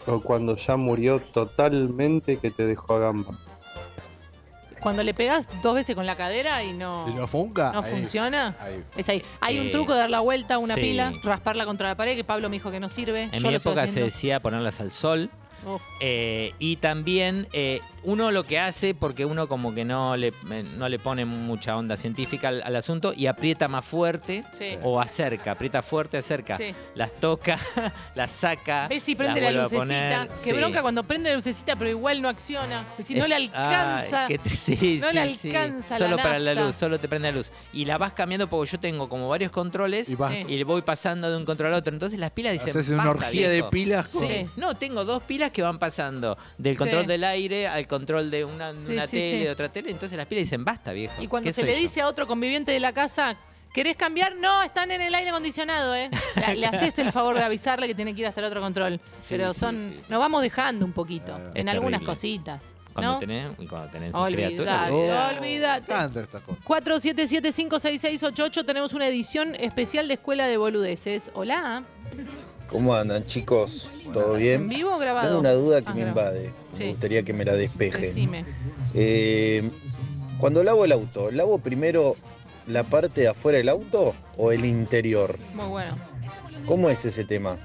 S7: O cuando ya murió totalmente que te dejó a gamba.
S4: Cuando le pegas dos veces con la cadera y no,
S5: ¿Y no funca?
S4: no
S5: Ahí.
S4: funciona.
S5: Ahí.
S4: Es ahí. Hay un
S6: Eh,
S4: truco de dar la vuelta a una
S6: sí.
S4: pila, rasparla contra la pared, que Pablo me dijo que no sirve.
S6: En
S4: Yo
S6: mi
S4: lo sigo
S6: época se
S4: haciendo.
S6: decía ponerlas al sol.
S4: Oh,
S6: eh, y también eh, uno lo que hace, porque uno como que no le, eh, no le pone mucha onda científica al, al asunto y aprieta más fuerte
S4: Sí.
S6: o acerca, aprieta fuerte, acerca.
S4: Sí.
S6: Las toca, las saca.
S4: Ves si
S6: las
S4: prende la
S6: vuelve a
S4: lucecita.
S6: poner.
S4: Que
S6: Sí.
S4: bronca cuando prende la lucecita, pero igual no acciona. Es decir, no le
S6: Es-
S4: alcanza.
S6: Ay, qué tri- sí,
S4: no
S6: sí,
S4: le
S6: sí.
S4: alcanza la
S6: Solo para la
S4: nafta.
S6: luz, solo te prende la luz. Y la vas cambiando porque yo tengo como varios controles
S5: Y
S6: y,
S5: vas.
S4: Sí.
S6: le voy pasando de un control al otro. Entonces las pilas dicen.
S5: Haces una
S6: "Basta,
S5: orgía de
S6: viejo".
S5: pilas.
S6: Sí.
S5: con-
S4: Sí.
S6: No, tengo dos pilas que van pasando del
S4: Sí.
S6: control del aire al control de una, de
S4: Sí,
S6: una
S4: sí,
S6: tele,
S4: sí.
S6: de otra tele. Entonces las pilas dicen basta, viejo.
S4: Y cuando
S6: ¿qué
S4: se
S6: soy
S4: le
S6: yo?".
S4: dice a otro conviviente de la casa, ¿querés cambiar? No, están en el aire acondicionado, ¿eh? La- le haces el favor de avisarle que tiene que ir hasta el otro control.
S6: Sí,
S4: Pero
S6: sí,
S4: son,
S6: sí, sí.
S4: nos vamos dejando un poquito
S5: Claro.
S4: en
S6: Es
S4: algunas
S6: terrible.
S4: cositas.
S6: Cuando
S4: ¿no?
S6: tenés, ¡oh! y cuando tenés
S4: Olvidate,
S6: criaturas,
S4: olvidate.
S6: Ah.
S5: Tantas estas cosas.
S4: 477-56688 tenemos una edición especial de Escuela de Boludeces. Hola.
S8: ¿Cómo andan chicos? ¿Todo
S4: ¿En
S8: bien?
S4: vivo o grabado?
S8: Tengo una duda que
S4: Ah,
S8: me
S4: grabado.
S8: invade.
S4: Sí.
S8: Me gustaría que me la despejen.
S4: Decime.
S8: Eh, cuando lavo el auto, ¿lavo primero la parte de afuera del auto o el interior?
S4: Muy bueno.
S8: ¿Cómo es ese tema?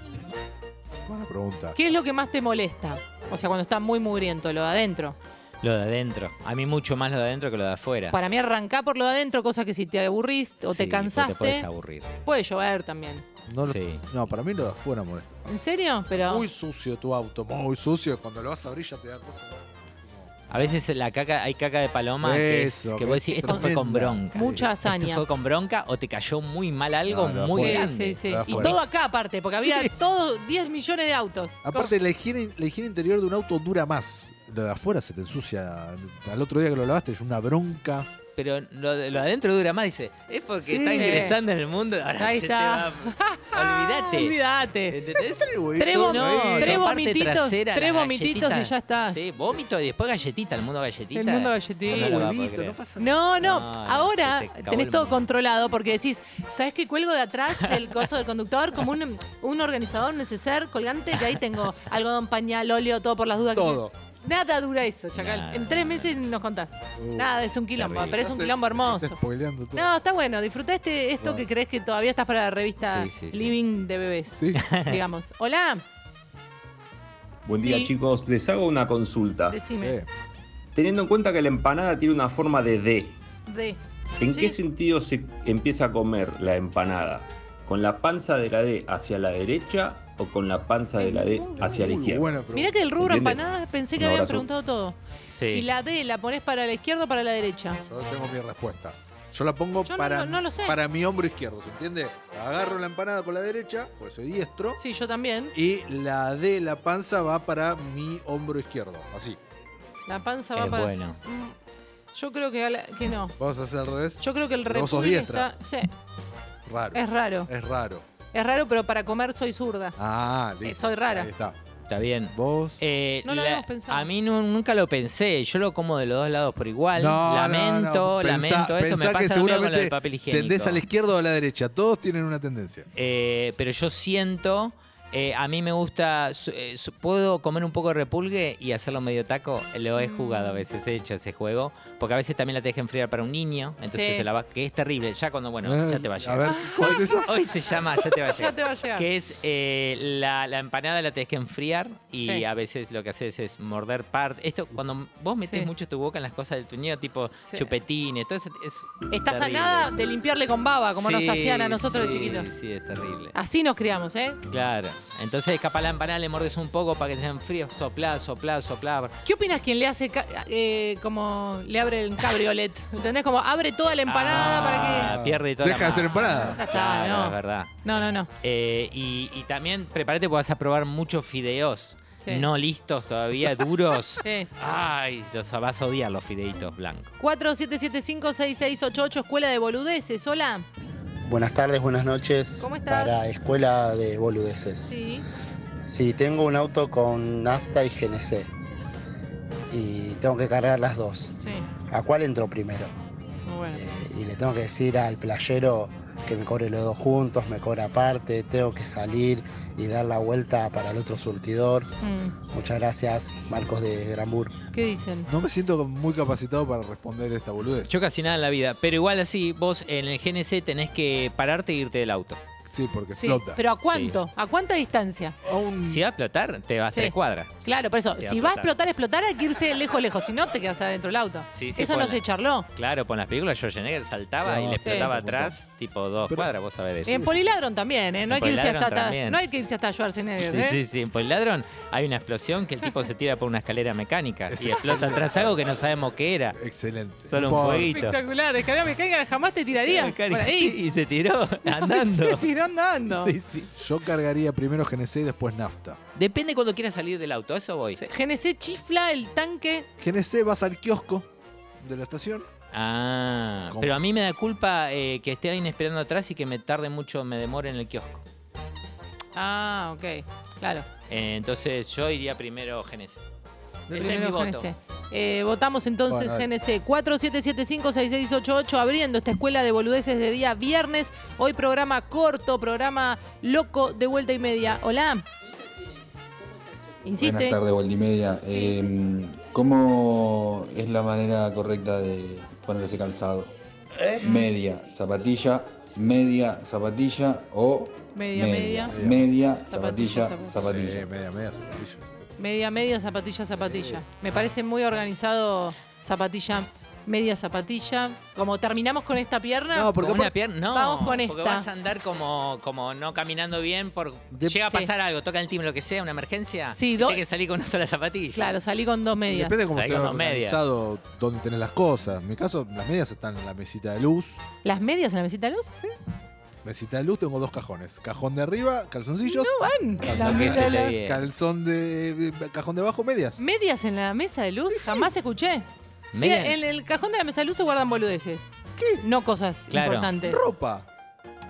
S5: Buena pregunta.
S4: ¿Qué es lo que más te molesta? O sea, cuando está muy mugriento, lo de adentro.
S6: Lo de adentro. A mí mucho más lo de adentro que lo de afuera.
S4: Para mí arrancá por lo de adentro, cosa que si te aburriste o
S6: Sí,
S4: te
S6: porque
S4: cansaste,
S6: Te puedes aburrir.
S4: puede llover también.
S5: No, lo-
S6: Sí.
S5: no, para mí lo de afuera molesta.
S4: ¿En serio? Pero
S5: Muy sucio tu auto, muy sucio. Cuando lo vas a abrir ya te da cosas.
S6: A veces la caca, hay caca de paloma que, es-
S5: Eso,
S6: que
S5: que
S6: vos
S5: es
S6: decís, esto fue con
S5: tremenda.
S6: bronca.
S4: mucha
S6: Esto
S4: hazaña.
S6: fue con bronca o te cayó muy mal algo
S5: No, no,
S6: muy
S5: fue-
S4: Sí,
S6: grande.
S4: sí, sí.
S5: Era
S4: Y
S5: fuerte.
S4: todo acá aparte, porque había
S6: Sí.
S4: todos 10 millones de autos.
S5: Aparte, la higiene, la higiene interior de un auto dura más. Lo de afuera se te ensucia. Al otro día que lo lavaste es una bronca.
S6: Pero lo, de- lo de adentro dura más, dice. Es porque
S5: Sí.
S6: está ingresando en el mundo. Ahora
S4: Ahí
S6: se
S4: está.
S6: te va. Olvídate.
S4: Olvídate.
S6: ¿Entendés?
S4: Tres, vom-
S6: No,
S4: tres
S6: la parte
S4: vomititos,
S6: trasera,
S4: tres
S6: la
S4: vomititos
S6: galletita.
S4: y ya está.
S6: Sí, vómito y después galletita, el mundo galletita.
S4: El mundo
S6: No
S4: galletita.
S6: la vas a
S5: Huevito,
S6: poder
S5: no
S6: creer.
S5: pasa nada.
S4: No, no,
S6: No, no,
S4: ahora
S6: se te acabó
S4: tenés
S6: el
S4: todo
S6: mundo.
S4: controlado porque decís, ¿sabés qué cuelgo de atrás del coso del conductor? Como un, un organizador neceser colgante que ahí tengo algodón, pañal, óleo, todo por las dudas. que-
S5: Todo.
S4: Nada dura eso, chacal.
S6: Nada,
S4: en tres
S6: nada.
S4: meses nos contás.
S5: Uh,
S4: Nada, es un quilombo,
S6: terrible.
S4: pero es un
S5: Estás-
S4: quilombo hermoso.
S5: estás spoileando todo.
S4: No, está bueno. Disfrutá este, esto
S5: Bueno.
S4: que crees que todavía estás para la revista
S6: Sí, sí, sí.
S4: Living de Bebés,
S5: Sí.
S4: digamos. Hola,
S9: Buen día
S4: Sí.
S9: chicos, les hago una consulta.
S4: decime.
S9: Teniendo en cuenta que la empanada tiene una forma de D,
S4: D.
S9: ¿en
S4: Sí.
S9: qué sentido se empieza a comer la empanada? ¿Con la panza de la D hacia la derecha o con la panza de la D hacia la
S5: Muy
S9: izquierda?
S5: buena pregunta.
S4: Mirá que del rubro
S9: ¿Entiendes?
S4: empanadas pensé que
S9: Un
S4: habían
S9: abrazo.
S4: preguntado todo.
S6: Sí.
S4: Si la D la pones para la izquierda o para la derecha.
S5: Yo tengo mi respuesta. Yo la pongo
S4: Yo no-
S5: para,
S4: no- no lo sé.
S5: para mi hombro izquierdo, ¿se entiende? Agarro la empanada con la derecha, porque soy diestro,
S4: Sí, yo también.
S5: y la de la panza va para mi hombro izquierdo, así.
S4: La panza va
S6: Es
S4: para.
S6: bueno.
S4: Mm, Yo creo que, a la- que no.
S5: Vamos a hacer al revés.
S4: Yo creo que el
S5: Pero vos sos
S4: repulgue
S5: diestra.
S4: está. Sí,
S5: raro.
S4: es raro.
S5: Es raro.
S4: Es raro, pero para comer soy zurda.
S5: Ah,
S4: Eh,
S5: listo.
S4: soy rara.
S5: Ahí está.
S6: Está bien.
S5: Vos.
S6: Eh,
S4: No lo
S6: la-
S4: habíamos pensado.
S6: A mí nu- nunca lo pensé. Yo lo como de los dos lados por igual.
S5: No, no,
S6: lamento,
S5: no. Pensá-
S6: lamento. Esto
S5: pensá
S6: me
S5: que
S6: pasa lo mismo con lo del
S5: seguramente
S6: papel higiénico.
S5: Tendés a la izquierda o a la derecha. Todos tienen una tendencia.
S6: Eh, pero yo siento, eh, a mí me gusta, su- eh, su- puedo comer un poco de repulgue y hacerlo medio taco. Lo he jugado a veces, he hecho ese juego, porque a veces también la te deja enfriar para un niño, entonces
S4: Sí.
S6: se la va, que es terrible. Ya cuando, bueno,
S5: Eh,
S6: ya te va a
S5: A
S6: llegar.
S5: ver, ¿cuál es eso?
S6: Hoy se llama, ya te va a
S4: Ya
S6: llegar.
S4: te va a llegar.
S6: Que es eh, la, la empanada la tenés que enfriar y
S4: Sí.
S6: a veces lo que haces es morder parte. Esto, cuando vos metes
S4: Sí.
S6: mucho tu boca en las cosas del tuñeo, tipo
S4: Sí.
S6: chupetines, todo eso es.
S4: Estás a
S6: terrible.
S4: nada de limpiarle con baba, como nos
S6: Sí,
S4: hacían a nosotros de
S6: sí,
S4: chiquitos.
S6: Sí, es terrible.
S4: Así nos criamos, ¿eh?
S6: Claro. Entonces, capaz la empanada le mordes un poco para que se enfríe. Soplá, soplá, soplá.
S4: ¿Qué opinas quien le hace ca- eh, como le abre el cabriolet? ¿Entendés? Como abre toda la empanada para que.
S6: Ah, Pierde toda la
S5: Deja de ser
S6: magia.
S5: empanada.
S4: Ya está,
S6: Claro,
S4: no.
S6: Es verdad.
S4: No, no, no.
S6: Eh, y, y también prepárate porque vas a probar muchos fideos.
S4: Sí.
S6: No listos todavía, duros.
S4: Sí.
S6: Ay, los vas a odiar los fideitos blancos.
S4: 47756688, Escuela de Boludeces. Hola.
S10: Buenas tardes, buenas noches.
S4: ¿Cómo estás?
S10: Para Escuela de Boludeces. Sí.
S4: Sí.
S10: tengo un auto con nafta y GNC. Y tengo que cargar las dos.
S4: Sí.
S10: ¿A cuál entro primero?
S4: Bueno.
S10: Eh, y le tengo que decir al playero que me cobre los dos juntos, me cobra aparte, tengo que salir y dar la vuelta para el otro surtidor.
S4: Mm,
S10: Muchas gracias, Marcos de Granbur.
S4: ¿Qué dicen?
S5: No me siento muy capacitado para responder esta boludez.
S6: Yo casi nada en la vida. Pero igual así, vos en el GNC tenés que pararte e irte del auto.
S5: sí, porque
S4: Sí,
S5: flota.
S4: pero ¿a cuánto? ¿A cuánta distancia?
S5: A un-
S6: Si va a explotar, te vas
S4: Mm. Sí.
S6: tres cuadras.
S4: Claro, por eso,
S6: Sí,
S4: si va a explotar, explotar, hay que irse lejos, lejos. Si no, te quedas adentro del auto.
S6: Sí, sí,
S4: eso no
S6: pone.
S4: se charló.
S6: Claro, por las películas Schwarzenegger saltaba y
S5: No,
S6: le
S5: sí.
S6: explotaba
S5: Punto.
S6: atrás, tipo dos
S5: Pero-
S6: cuadras, vos sabés de eso.
S4: en Poliladron también, ¿eh? No hay,
S6: En
S4: que irse
S6: Poliladron
S4: hasta, hasta-
S6: también.
S4: no hay que irse hasta Schwarzenegger,
S6: Sí,
S4: ¿eh?
S6: sí, sí. Por el ladrón hay una explosión que el tipo se tira por una escalera mecánica y explota atrás algo que no sabemos qué era.
S5: Excelente.
S6: Solo un
S5: Por-
S6: fueguito.
S4: Espectacular, escalera mecánica jamás te tirarías. Por
S6: Mecánica,
S4: ahí.
S6: sí, y se tiró
S4: Se
S6: andando.
S4: tiró andando.
S6: Sí, sí.
S5: Yo cargaría primero GNC y después nafta.
S6: Depende cuando quieras salir del auto, a eso voy.
S4: Sí. GNC chifla el tanque.
S5: GNC vas al kiosco de la estación.
S6: Ah,
S5: ¿Cómo?
S6: pero a mí me da culpa eh, que esté alguien esperando atrás y que me tarde mucho, me demore en el kiosco.
S4: Ah, ok. Claro.
S6: Eh, entonces yo iría primero GNC. Ese es mi
S4: Primero
S6: voto.
S4: GNC. Eh, votamos entonces
S5: Bueno, dale.
S4: GNC 47756688 abriendo esta escuela de boludeces de día viernes. Hoy programa corto, programa loco de vuelta y media. Hola. Insiste.
S11: Buenas tardes, Gualdimedia. Eh, ¿Cómo es la manera correcta de ponerse calzado?
S10: ¿Eh?
S11: Media, zapatilla, media, zapatilla o
S4: Media, media.
S11: media, media, zapatilla,
S4: Zapatilla, zapatilla.
S11: zapatilla.
S5: Sí, media, media, zapatilla.
S4: Media, media, zapatilla, zapatilla. Me parece muy organizado zapatilla, media zapatilla. Como terminamos con esta pierna.
S5: No,
S6: Porque
S5: porque
S6: una
S5: aparte-
S6: pierna, no,
S4: Vamos con esta.
S6: porque vas a andar como, como no caminando bien, por,
S5: De-
S6: llega a
S4: Sí.
S6: pasar algo, toca el timbre, lo que sea, una emergencia,
S4: Sí, do-
S6: tienes que salir con una sola zapatilla.
S4: Claro, salí con dos medias.
S5: Depende de cómo
S6: Ahí
S5: estés
S6: con dos medias.
S5: organizado, dónde tenés las cosas. En mi caso, las medias están en la mesita de luz.
S4: ¿Las medias en la mesita de luz?
S5: Mesita de luz, tengo dos cajones. Cajón de arriba, calzoncillos.
S4: Van.
S6: Calzón
S4: Las
S6: que
S4: medias
S6: se
S4: de
S6: te
S4: la-
S6: bien.
S5: Calzón de, de- Cajón de abajo, medias.
S4: ¿Medias en la mesa de luz? Jamás escuché. Sí,
S6: Medias-
S4: en el cajón de la mesa de luz se guardan boludeces. ¿Qué? No cosas
S6: Claro.
S4: importantes.
S5: Ropa.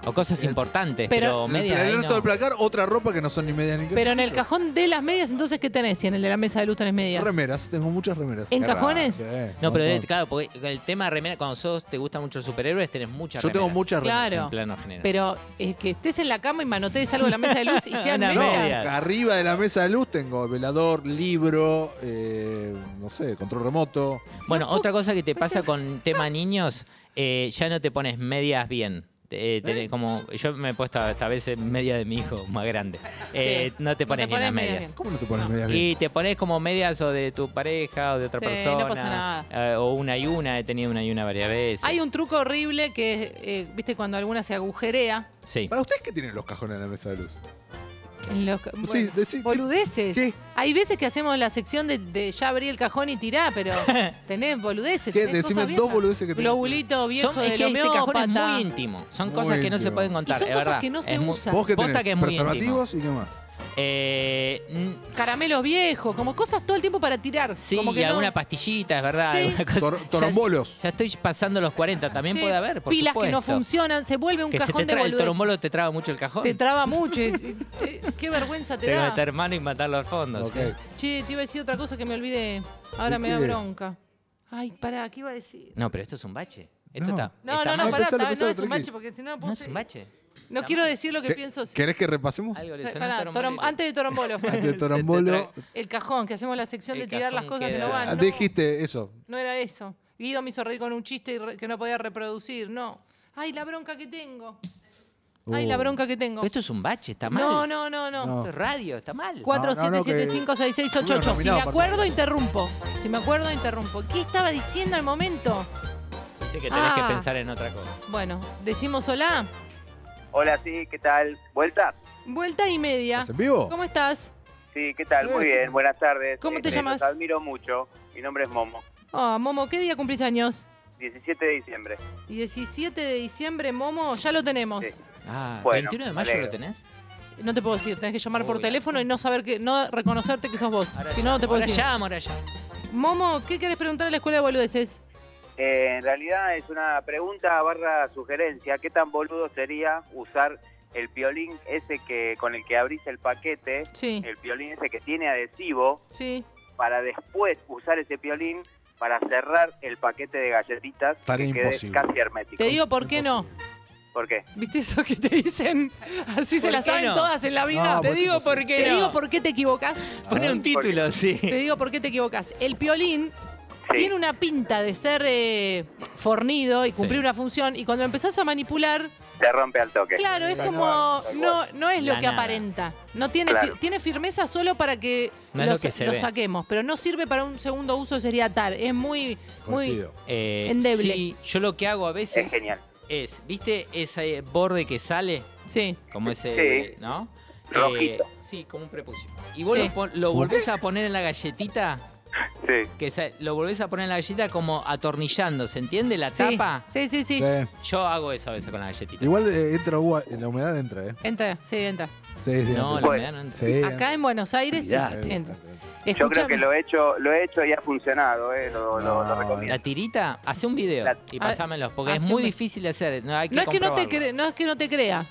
S6: O cosas importantes,
S4: Pero-
S6: pero,
S5: En el-
S6: media.
S5: en el
S6: ahí
S5: resto
S6: no.
S5: del placar, otra ropa que no son ni medias ni
S4: Pero en el
S5: calzoncillos.
S4: cajón de las medias, entonces, ¿qué tenés? Si en el de la mesa de luz tenés medias.
S5: Remeras, tengo muchas remeras.
S4: ¿En cajones?
S5: Sí,
S6: No,
S5: un
S6: pero este de-
S5: montón.
S6: claro, porque el tema de remera, cuando sos, te gustan mucho los superhéroes, tenés muchas
S5: Yo tengo
S6: remeras,
S5: muchas remeras.
S6: En
S4: Claro.
S6: plano general.
S4: Pero es que estés en la cama y manotees algo de la mesa de luz y sean
S6: Una
S4: medias.
S6: media. Claro.
S5: Arriba de la mesa de luz tengo velador, libro, eh, no sé, control remoto.
S6: Bueno, otra cosa que te pasa con tema niños, eh, ya no te pones medias bien. Eh, te- Como yo me he puesto hasta a veces media de mi hijo más grande. Eh,
S4: Sí.
S6: No te pones, bien las
S4: medias
S6: medias.
S4: bien.
S5: ¿Cómo no te pones medias bien?
S6: Y te pones como medias o de tu pareja o de otra
S4: Sí,
S6: persona.
S4: no pasa nada.
S6: eh, o una y una, he tenido una y una varias veces.
S4: Hay un truco horrible que, eh, viste, cuando alguna se agujerea.
S6: Sí.
S5: ¿Para ustedes qué tienen los cajones en la mesa de luz?
S4: En los ca- bueno, boludeces. Hay veces que hacemos la sección de, de ya abrí el cajón y tirá, pero tenés boludeces.
S5: ¿Qué?
S4: tenés
S5: Decime
S4: cosas viejas.
S5: dos boludeces que tenés.
S4: Globulito viejo
S6: Son- es
S4: del
S6: que ese cajón es
S4: homeópata.
S6: muy íntimo. Son
S5: Muy
S6: cosas que no se
S5: íntimo.
S6: pueden contar.
S4: Y son
S6: es
S4: cosas
S6: verdad.
S4: que no se
S6: Es muy-
S4: usan.
S5: ¿Vos qué
S6: posta
S5: tenés?
S6: que es muy íntimo.
S5: ¿Preservativos y qué más?
S6: Eh, mm,
S4: Caramelos viejos, como cosas todo el tiempo para tirar.
S6: sí,
S4: como que no-
S6: alguna pastillita, es verdad.
S4: Sí.
S6: alguna cosa.
S5: Tor-
S6: Ya-
S5: torombolos.
S6: Ya, estoy pasando los 40, también
S4: Sí,
S6: puede haber, por
S4: Pilas que no
S6: supuesto.
S4: funcionan, se vuelve un
S6: Que se
S4: cajón
S6: te
S4: de
S6: trae el
S4: boludeces.
S6: torombolo, te traba mucho el cajón.
S4: Te traba mucho. es- te- qué vergüenza te
S6: Tengo que
S4: da.
S6: meter mano y matar los fondos. sí.
S4: Che, te iba a decir otra cosa que me olvidé. Ahora
S5: ¿Qué
S4: me da
S5: quiere?
S4: bronca. Ay, pará, ¿qué iba a decir?
S6: No, pero esto es un bache. Esto
S5: No.
S6: está.
S4: No,
S6: está
S4: no, no,
S6: mal.
S4: pará,
S5: Pensalo,
S4: pará, no
S5: pensalo,
S4: es un bache,
S5: tranquilo.
S4: porque si no,
S6: No es
S4: puse-
S6: un bache.
S4: No
S6: Está
S4: quiero
S6: mal.
S4: decir lo que
S5: ¿Qué-
S4: pienso. sí.
S5: ¿Querés que repasemos?
S6: Algo le
S4: eh, Pará,
S6: sonó al torombolo.
S4: torom- antes de Torombolo fue.
S5: De Torombolo.
S4: El cajón, que hacemos la sección
S6: El
S4: de tirar las
S6: cajón
S4: cosas que
S6: queda-
S4: no van.
S5: Ah,
S4: No,
S5: Dijiste eso.
S4: no era eso. Guido me hizo reír con un chiste y re- que no podía reproducir, no. Ay, la bronca que tengo. Ay, la
S5: Uh.
S4: bronca que tengo.
S6: Esto es un bache, está mal.
S4: No, no, no, no.
S5: No.
S6: Esto es radio, está mal.
S5: No, no,
S4: 47756688. Si
S5: mirá,
S4: me
S5: por
S4: acuerdo, interrumpo. Si me acuerdo, interrumpo. ¿Qué estaba diciendo al momento?
S6: Dice que tenés
S4: Ah.
S6: que pensar en otra cosa.
S4: Bueno, decimos hola.
S12: Hola, sí, ¿qué tal? ¿Vuelta?
S4: Vuelta y media.
S5: ¿Es en vivo?
S4: ¿Cómo estás?
S12: Sí, ¿qué tal? Muy bien, buenas tardes.
S4: ¿Cómo te
S12: Este,
S4: llamas?
S12: Los admiro mucho. Mi nombre es Momo.
S4: Ah, Momo, ¿qué día cumplís años?
S12: 17 de diciembre.
S4: 17 de diciembre, Momo, ya lo tenemos.
S6: Ah,
S12: Bueno,
S6: 21 de
S12: me
S6: mayo
S12: alegro.
S6: lo tenés.
S4: No te puedo decir, tenés que llamar por
S6: Uy,
S4: teléfono y no saber que, no reconocerte que sos vos.
S6: Ahora
S4: Si no, no te puedo
S6: ahora
S4: decir.
S6: llamo, ahora llamo.
S4: Momo, ¿qué querés preguntar a la escuela de boludeces?
S12: Eh, en realidad es una pregunta barra sugerencia. ¿Qué tan boludo sería usar el piolín ese que con el que abrís el paquete?
S4: Sí.
S12: El piolín ese que tiene adhesivo
S4: Sí.
S12: para después usar ese piolín para cerrar el paquete de galletitas
S5: Tarea
S12: que quede
S5: imposible.
S12: casi hermético.
S4: Te digo por qué no.
S12: ¿Por qué?
S4: ¿Viste eso que te dicen? Así se
S6: ¿Por
S4: la
S6: qué
S4: saben
S6: no?
S4: todas en la vida.
S5: No,
S4: te
S5: pues
S4: digo,
S5: es imposible.
S6: por qué
S4: te
S6: no.
S4: digo por qué te equivocás.
S6: Pone un título, sí.
S4: Te digo por qué te equivocás. El piolín
S12: Sí.
S4: tiene una pinta de ser eh, fornido y cumplir
S6: Sí.
S4: una función y cuando lo empezás a manipular,
S12: Se rompe al toque.
S4: claro, es
S12: Tal
S4: como
S12: cual, tal
S4: no
S12: cual.
S4: no es lo
S6: La
S4: que
S6: nada.
S4: aparenta. No tiene
S12: Claro.
S4: fi- tiene firmeza solo para que,
S6: No es
S4: lo,
S6: lo que
S4: sa-
S6: se
S4: lo
S6: ve.
S4: saquemos, pero no sirve para un segundo uso sería tal, es muy muy
S5: Coincido.
S6: Eh,
S4: Endeble.
S6: Sí, yo lo que hago a
S12: Es
S6: veces
S12: genial.
S6: es, ¿viste ese borde que sale?
S4: sí.
S6: Como ese,
S12: Sí.
S6: ¿no?
S12: Rojito.
S6: Eh, sí, como un prepucio. Y vos
S4: Sí.
S6: lo, pon- lo volvés a poner en la galletita,
S12: Sí.
S6: que sa- lo volvés a poner en la galletita como atornillando, ¿se entiende la
S4: Sí.
S6: tapa?
S4: Sí, sí, sí.
S5: Sí.
S6: Yo hago eso a veces con la galletita.
S5: Igual eh, entra agua, la humedad entra, ¿eh?
S4: Entra, sí, entra.
S5: Sí, sí,
S6: No, la
S5: entra.
S12: Bueno.
S6: humedad no entra.
S5: Sí, entra.
S4: Acá en Buenos Aires sí,
S5: Sí,
S4: entra.
S12: Yo creo que
S4: Escuchame.
S12: lo he hecho, lo he hecho y ha funcionado, eh, lo, lo- lo
S5: No,
S12: recomiendo.
S6: La tirita, hace un video
S12: La-
S6: y
S4: A ver,
S6: pasámelos, porque es
S4: hace
S6: muy
S4: un-
S6: difícil de hacer. No, hay que
S4: No es, que no, te
S6: comprobarlo.
S4: cre- no es que no te crea,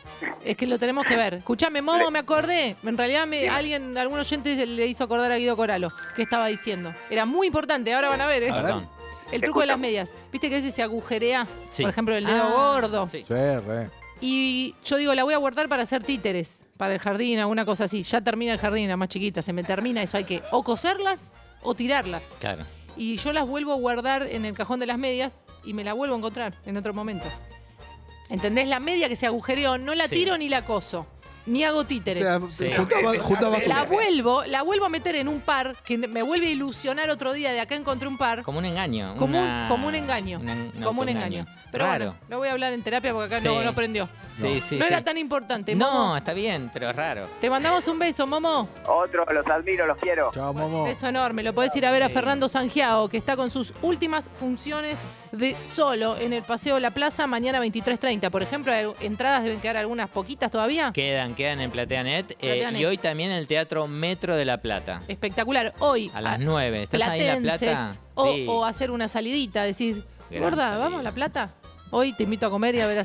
S4: es que lo tenemos que ver. Escuchame, Momo, me acordé. En realidad, me, alguien, algún oyente le hizo acordar a Guido Coralo qué estaba diciendo. Era muy importante, ahora van a ver, ¿eh?
S6: Ah, Perdón.
S4: El truco de las
S12: Escuchamos.
S4: medias. Viste que a veces se agujerea,
S6: Sí.
S4: por ejemplo, el dedo
S6: Ah,
S4: gordo.
S6: sí.
S5: Sí, re.
S4: Y yo digo, la voy a guardar para hacer títeres, para el jardín, alguna cosa así. Ya termina el jardín, la más chiquita, se me termina eso. Hay que o coserlas o tirarlas.
S6: Claro.
S4: Y yo las vuelvo a guardar en el cajón de las medias y me la vuelvo a encontrar en otro momento. ¿Entendés? La media que se agujereó, no la
S6: Sí.
S4: tiro ni la coso, ni hago
S5: O
S4: títeres.
S5: sea,
S6: Sí.
S5: juntás ba- juntás
S4: la
S5: basura.
S4: vuelvo, la vuelvo a meter en un par que me vuelve a ilusionar otro día de acá encontré un par.
S6: Como un engaño.
S4: Como un-
S6: una-
S4: como un engaño,
S6: una- un
S4: como un
S6: autoengaño.
S4: engaño. Pero
S6: Raro.
S4: bueno, lo voy a hablar en terapia porque acá
S6: Sí.
S4: no, no prendió.
S6: Sí, sí,
S4: no
S6: sí.
S4: era tan importante.
S6: No,
S4: Momo.
S6: está bien, pero es raro.
S4: Te mandamos un beso, Momo.
S12: Otro, los admiro, los quiero.
S5: Chao, Momo.
S4: Beso enorme. Lo podés ir a ver a Fernando Sangiao, que está con sus últimas funciones de solo en el Paseo La Plaza mañana 23.30. Por ejemplo, hay entradas deben quedar algunas poquitas todavía.
S6: Quedan, quedan en Plateanet. eh,
S4: Plateanet.
S6: y hoy también en el Teatro Metro de La Plata.
S4: Espectacular. Hoy,
S6: A las
S4: a-
S6: 9. ¿Estás ahí en La
S4: Ah, platenses
S6: Plata?
S4: o,
S6: Sí.
S4: o hacer una salidita, decir,
S6: Gran
S4: gorda,
S6: salida.
S4: vamos a La Plata. Hoy te invito a comer y a ver a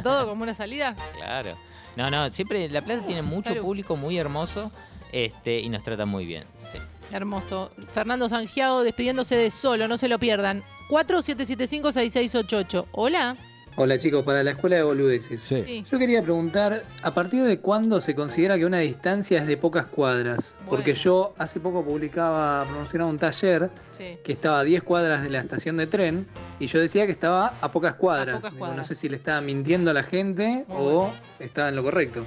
S4: Sangiao todo como una salida.
S6: Claro. No, no, siempre La Plata tiene mucho
S4: Oh, Salud.
S6: público muy hermoso este, y nos trata muy bien. Sí.
S4: Hermoso. Fernando Sangiao despidiéndose de solo, no se lo pierdan. 4775-6688. Hola.
S13: Hola chicos, para la escuela de boludeces.
S5: Sí.
S13: Yo quería preguntar, ¿a partir de cuándo se considera que una distancia es de pocas cuadras? Porque
S4: Bueno.
S13: yo hace poco publicaba, promocionaba un taller
S4: Sí.
S13: que estaba a 10 cuadras de la estación de tren y yo decía que estaba a pocas cuadras.
S4: pocas
S13: Digo, No
S4: cuadras.
S13: sé si le estaba mintiendo a la gente
S4: Muy
S13: o estaba en lo correcto.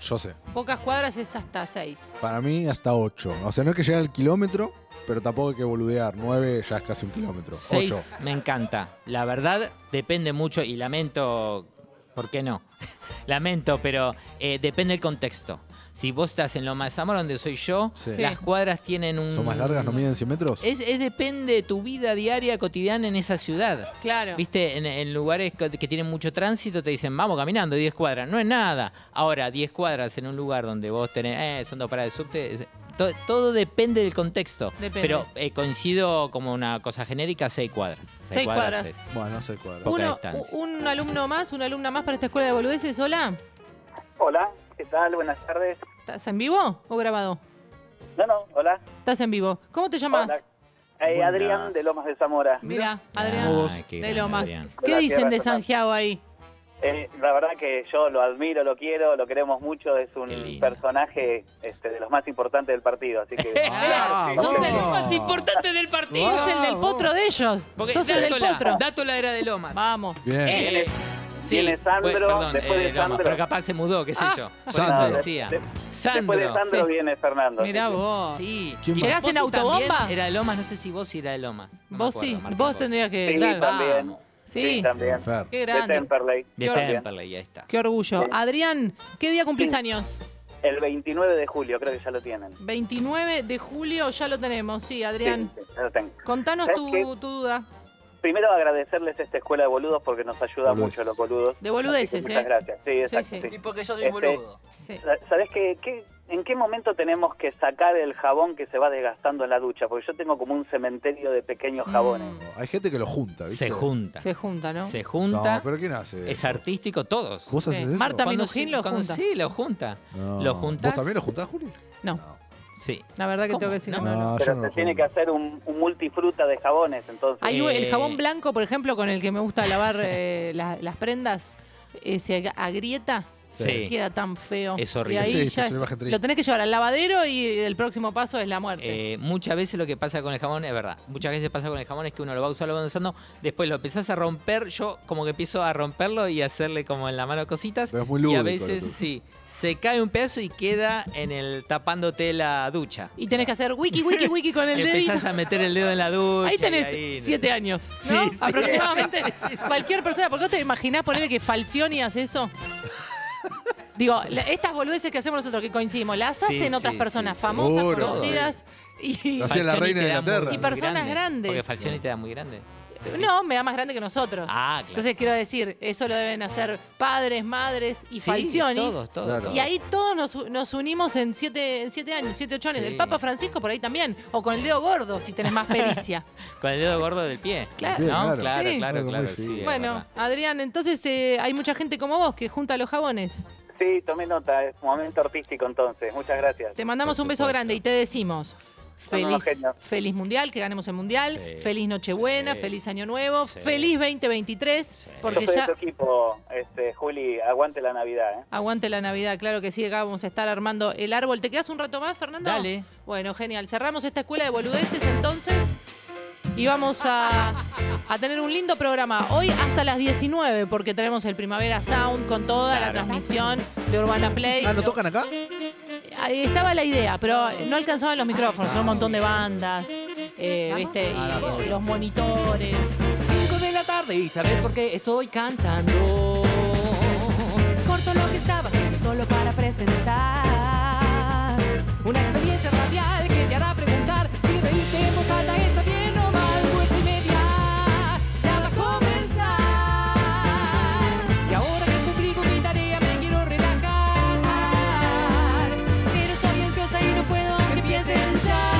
S5: Yo sé.
S4: Pocas cuadras es hasta seis.
S5: Para mí hasta 8. O sea, no es que llegue al kilómetro, pero tampoco hay que boludear. 9 ya es casi un kilómetro. 8.
S6: Seis, me encanta. La verdad, depende mucho y lamento ¿Por qué no? Lamento, pero eh, depende del contexto. Si vos estás en Loma de Zamora, donde soy yo,
S5: Sí.
S6: las cuadras tienen un...
S5: ¿Son más largas? ¿No miden 100 metros?
S6: Es, es depende de tu vida diaria, cotidiana en esa ciudad.
S4: Claro.
S6: Viste, en, en lugares co- que tienen mucho tránsito te dicen, vamos caminando, 10 cuadras. No es nada. Ahora, 10 cuadras en un lugar donde vos tenés, eh, son dos paradas de subte. es- to- todo depende del contexto.
S4: Depende.
S6: Pero eh, coincido como una cosa genérica, 6 cuadras.
S4: Seis cuadras.
S5: Bueno, 6 cuadras.
S6: Poca
S4: Uno,
S6: distancia.
S4: u- un alumno más, una alumna más para esta escuela de boludeces. Hola.
S14: Hola, ¿qué tal? Buenas tardes.
S4: ¿Estás en vivo o grabado?
S14: No, no, hola.
S4: Estás en vivo. ¿Cómo te llamas?
S14: Hola. Eh,
S4: Buenas.
S14: Adrián de Lomas de Zamora.
S4: Mira,
S6: Ah,
S4: Adrián de Lomas.
S14: De
S4: ¿Qué
S14: la
S4: dicen
S14: tierra
S4: de
S14: natal.
S4: Santiago ahí?
S14: Eh, la verdad que yo lo admiro, lo quiero, lo queremos mucho. Es un personaje este, de los más importantes del partido, así que.
S5: Ah,
S6: Claro,
S14: sí.
S6: sos el más importante del partido.
S4: Sos el del potro de ellos.
S6: Porque
S4: Sos el del
S6: Dátola,
S4: potro.
S6: Dátola era de Lomas.
S4: Vamos.
S6: Eh, sí, Ah.
S14: Viene Sandro,
S6: bueno, perdón,
S14: después de
S6: eh, Lomas,
S14: Sandro.
S6: pero capaz se mudó, qué sé yo. Por eso
S14: Sandro.
S6: decía.
S14: De-
S6: Sandro.
S14: Después de Sandro
S6: Sí.
S14: viene Fernando. así
S4: Mirá
S14: que-
S4: vos.
S6: Sí.
S4: ¿Quién más? ¿Llegás en
S6: Pozzi también
S4: autobomba?
S6: Era de Lomas, no sé si vos era de Lomas. No me
S4: Vos
S6: acuerdo,
S4: sí,
S6: Martín
S4: vos
S6: Pozzi.
S4: tendrías que. claro.
S6: también.
S4: Sí.
S14: también.
S4: Qué grande.
S14: De Temperley.
S6: De Temperley, ahí está.
S4: Qué orgullo. Adrián, ¿qué día cumplís
S14: Sí.
S4: años?
S14: El 29 de julio, creo que ya lo tienen.
S4: 29 de julio, ya lo tenemos. Sí, Adrián.
S14: Sí, ya lo tengo.
S4: Contanos
S14: ¿Sabes
S4: tu,
S14: qué?
S4: tu duda.
S14: Primero agradecerles esta escuela de boludos porque nos ayuda
S5: Boludeces.
S14: mucho los boludos.
S4: De boludeces,
S14: Así que muchas
S4: ¿eh?
S14: gracias. Sí, exacto,
S4: sí.
S14: sí.
S4: Y porque yo
S14: soy boludo. Este, ¿Sabés qué, qué- en qué momento tenemos que sacar el jabón que se va desgastando en la ducha? Porque yo tengo como un cementerio de pequeños jabones.
S5: Hay gente que lo junta, ¿viste?
S6: Se junta.
S4: Se junta, ¿no?
S6: Se junta.
S5: No, pero ¿quién hace
S6: Es artístico todos.
S5: ¿Vos haces
S4: Sí.
S5: eso?
S4: Marta
S6: Cuando
S4: Minujín
S6: sí-
S4: lo
S6: cuando
S4: junta.
S6: Sí, lo junta.
S5: No.
S6: Lo juntás.
S5: ¿Vos también lo juntás, Juli?
S4: No.
S6: Sí.
S4: La verdad que tengo que decir que no, no.
S5: No, yo
S14: Pero
S5: no
S14: se
S5: lo
S14: tiene que hacer un, un multifruta de jabones, entonces.
S4: Hay u-
S6: Eh,
S4: el jabón blanco, por ejemplo, con el que me gusta lavar eh, la- las prendas, eh, se ag- agrieta.
S6: Sí.
S4: Queda tan feo.
S6: Es horrible.
S4: Y ahí
S6: Triste,
S4: ya
S6: es una imagen triste.
S4: lo tenés que llevar al lavadero y el próximo paso es la muerte.
S6: Eh, muchas veces lo que pasa con el jamón, es verdad, muchas veces pasa con el jamón es que uno lo va usando, lo va usando, después lo empezás a romper, yo como que empiezo a romperlo y hacerle como en la mano cositas.
S5: Pero es muy
S6: y
S5: lúdico
S6: a
S5: lo
S6: veces,
S5: tuyo.
S6: sí, se cae un pedazo y queda en el tapándote la ducha.
S4: y tenés que hacer wiki, wiki, wiki con el dedo.
S6: Empezás a meter el dedo en la ducha.
S4: Ahí
S6: y
S4: tenés
S6: ahí-
S4: siete años, ¿no?
S6: Sí, sí.
S4: Aproximadamente. Cualquier persona, ¿por qué no te imaginás ponerle que Falcioni hace eso? Digo, la- estas boludeces que hacemos nosotros, que coincidimos, las
S6: Sí,
S4: hacen otras
S6: sí,
S4: personas
S6: sí,
S4: famosas,
S5: seguro.
S4: conocidas y,
S5: Lo hacía la
S6: Falcioni
S5: reina
S6: te
S5: de
S6: da
S5: Inglaterra.
S6: muy
S4: Y personas
S6: grande,
S4: grandes.
S6: Porque Falcioni te da muy grande. Decís,
S4: No, me da más grande que nosotros.
S6: Ah, claro.
S4: Entonces quiero decir, eso lo deben hacer padres, madres y
S6: Sí,
S4: falciones.
S6: todos, todos, Claro. todos.
S4: Y ahí todos nos, u- nos unimos en siete, en siete años, siete, ocho años.
S6: Sí.
S4: El Papa Francisco por ahí también. O con el dedo gordo, si tenés más pericia.
S6: Con el dedo gordo del pie.
S4: Claro.
S6: ¿No?
S4: Claro.
S6: Claro, claro,
S4: Sí.
S6: claro,
S5: Algo muy
S6: sí,
S5: fino.
S6: es
S4: bueno,
S6: verdad.
S4: Adrián, entonces eh, hay mucha gente como vos que junta los jabones.
S14: Sí, tomé nota, es un momento artístico entonces. Muchas gracias.
S4: Te mandamos un beso grande y te decimos.
S14: Son unos
S4: Feliz,
S14: genios.
S4: feliz mundial, que ganemos el mundial.
S14: Sí,
S4: feliz Nochebuena,
S14: sí.
S4: feliz Año Nuevo, feliz 2023. Porque
S14: Yo soy
S4: ya.
S14: de tu equipo, este, Juli, aguante la Navidad, ¿eh?
S4: Aguante la Navidad, claro que sí, acá vamos a estar armando el árbol. ¿Te quedas un rato más, Fernando?
S6: Dale.
S4: Bueno, genial. Cerramos esta escuela de boludeces entonces y vamos a, a tener un lindo programa. Hoy hasta las 19 porque tenemos el Primavera Sound con toda la transmisión de Urbana Play.
S5: Ah, ¿no tocan acá?
S4: Ahí Estaba la idea, pero no alcanzaban los micrófonos, son un montón de bandas, eh, ¿viste? Y los monitores.
S15: 5 de la tarde y saber por qué estoy cantando.
S3: Corto lo que estaba haciendo solo para presentar
S15: Una experiencia radial que te hará preguntar si reírte en voz alta está bien o mal. Vuelta y media ya va a comenzar. Y ahora que cumplí con mi tarea me quiero relajar. Pero soy ansiosa y no puedo que empiecen ya.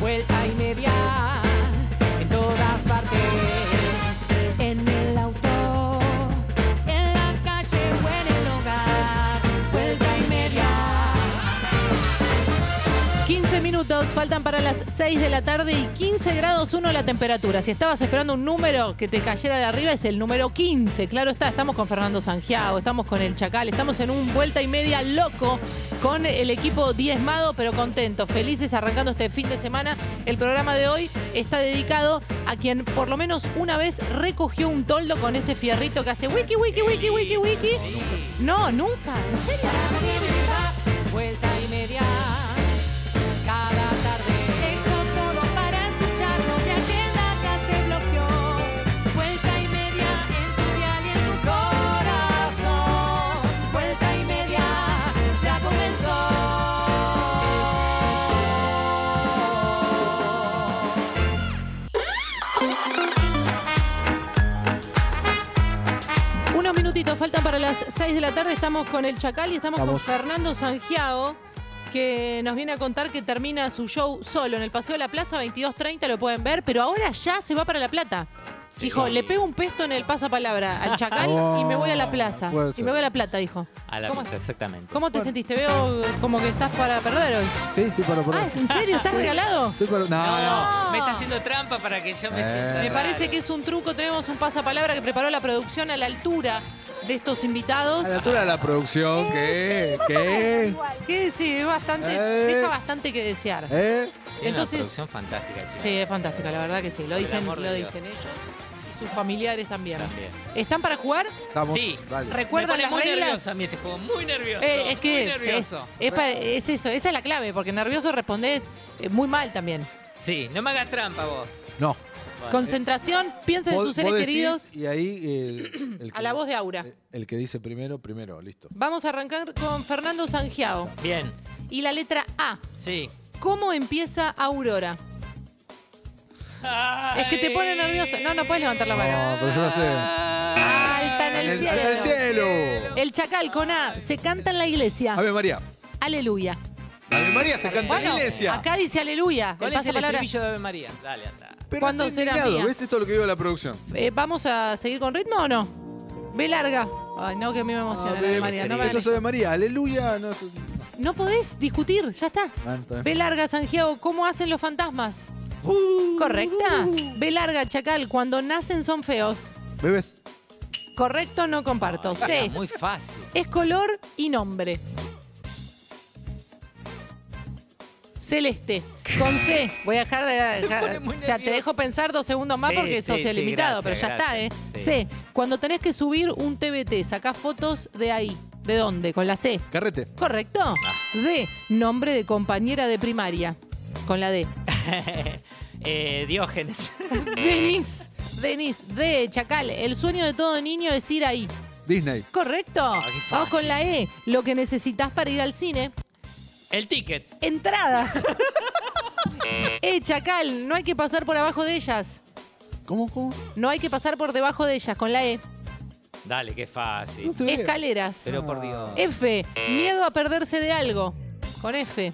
S15: Vuelta y media en todas partes. En el auto, en la calle o en el hogar. Vuelta y media.
S4: 15 minutos, faltan para las 6 de la tarde y 15 grados 1 la temperatura. Si estabas esperando un número que te cayera de arriba, es el número 15. Claro está, estamos con Fernando Sangiao, estamos con el Chacal, estamos en un vuelta y media loco con el equipo diezmado, pero contento, felices arrancando este fin de semana. El programa de hoy está dedicado a quien por lo menos una vez recogió un toldo con ese fierrito que hace wiki, wiki, wiki, wiki, wiki. No, nunca, en serio.
S15: Vuelta y media cada tarde. Dejo todo para escucharlo. Mi agenda ya se bloqueó. Vuelta y media
S4: 6 de la tarde estamos con el Chacal y estamos
S5: Vamos.
S4: con Fernando Sangiao, que nos viene a contar que termina su show solo en el Paseo de la Plaza, 22.30, lo pueden ver, pero ahora ya se va para La Plata. Dijo, le pego un pesto en el pasapalabra al Chacal y me voy a La Plaza.
S6: puede
S4: Y
S6: ser.
S4: me voy a La Plata, dijo.
S6: A la
S4: ¿Cómo,
S6: pista, exactamente.
S4: cómo te sentiste? Veo como que estás para perder hoy.
S5: Sí, estoy para por
S4: Ah, ¿en serio? ¿Estás regalado?
S5: Estoy para-
S6: No,
S5: No, no.
S6: no, me está haciendo trampa para que yo me
S5: Eh.
S6: sienta.
S4: Ah. Me parece que es un truco. Tenemos un pasapalabra que preparó la producción a la altura de estos invitados.
S5: A la altura de la producción, ¿qué? ¿Qué?
S4: Que sí, es bastante,
S5: Eh.
S4: deja bastante que desear.
S5: ¿Eh?
S6: Tiene una
S4: Entonces,
S6: producción fantástica, chicos.
S4: sí, es fantástica, la verdad que sí. Lo
S6: Por el
S4: dicen,
S6: amor de
S4: lo
S6: Dios.
S4: dicen ellos y sus familiares también.
S6: También.
S4: ¿Están para jugar?
S6: Sí,
S4: ¿Recuerdan
S6: me pone
S4: las
S6: muy
S4: reglas?
S6: nervioso a mí este juego, muy nervioso.
S4: Eh, es que
S6: muy
S4: es,
S6: nervioso.
S4: es pa- es eso, esa es la clave, porque nervioso respondés eh, muy mal también.
S6: Sí, no me hagas trampa vos.
S5: No.
S4: Concentración, piensen en
S5: eh, Vos-
S4: sus seres
S5: vos decís
S4: queridos
S5: Y ahí el, eh, el que,
S4: a la voz de Aura.
S5: el que dice primero, primero, listo.
S4: Vamos a arrancar con Fernando Sangiao.
S6: Bien,
S4: Y la letra A.
S6: sí.
S4: ¿Cómo empieza Aurora? Es que te pone nervioso. No, no puedes levantar la mano.
S5: No, pero yo no sé.
S4: Alta en el,
S5: el-
S4: cielo.
S5: alta en el cielo.
S4: El chacal con A se canta en la iglesia.
S5: Ave María.
S4: Aleluya.
S5: Ave María se canta en
S4: Bueno,
S5: la iglesia.
S4: acá dice aleluya.
S6: ¿Cuál
S4: El
S6: es el
S4: pasapalabra.
S6: estribillo de Ave María? Dale, anda.
S5: Pero
S4: ¿Cuándo
S5: está
S4: será
S5: indignado,
S4: mía?
S5: ¿Ves esto es lo que digo la producción?
S4: Eh, ¿Vamos a seguir con ritmo o no? Ve larga. Ay, no, que a mí me emociona la
S5: Ave-
S4: Ave María. No, me
S5: esto es
S4: hagan
S5: Ave María, aleluya. No, es-
S4: esto. No podés discutir, ya está.
S5: Ah, está bien.
S4: Ve larga, Santiago, ¿cómo hacen los fantasmas? ¿Correcta? Ve larga, chacal, cuando nacen son feos.
S5: Bebés.
S4: Correcto, no comparto.
S6: Era
S4: C.
S6: Muy fácil.
S4: Es color y nombre. Celeste, con C. Voy a dejar de. dejar- o sea, te dejo pensar dos segundos más
S6: Sí,
S4: porque
S6: sí,
S4: sos el
S6: sí,
S4: limitado,
S6: gracias,
S4: pero ya
S6: gracias,
S4: está, ¿eh?
S6: sí.
S4: C. Cuando tenés que subir un TBT, sacás fotos de ahí. ¿De dónde? Con la C.
S5: Carrete.
S4: ¿Correcto?
S6: Ah.
S4: D. Nombre de compañera de primaria. Con la D.
S6: Eh, Diógenes.
S4: Denis. Denis. D. Chacal. El sueño de todo niño es ir ahí.
S5: Disney.
S4: Correcto.
S6: Ah, qué
S4: Vamos
S6: fácil.
S4: con la E. Lo que necesitas para ir al cine.
S6: El ticket.
S4: Entradas. eh, chacal, no hay que pasar por abajo de ellas.
S5: ¿Cómo, cómo?
S4: No hay que pasar por debajo de ellas con la E.
S6: Dale, qué fácil.
S4: Escaleras.
S6: Pero por Dios.
S4: F, miedo a perderse de algo. Con F.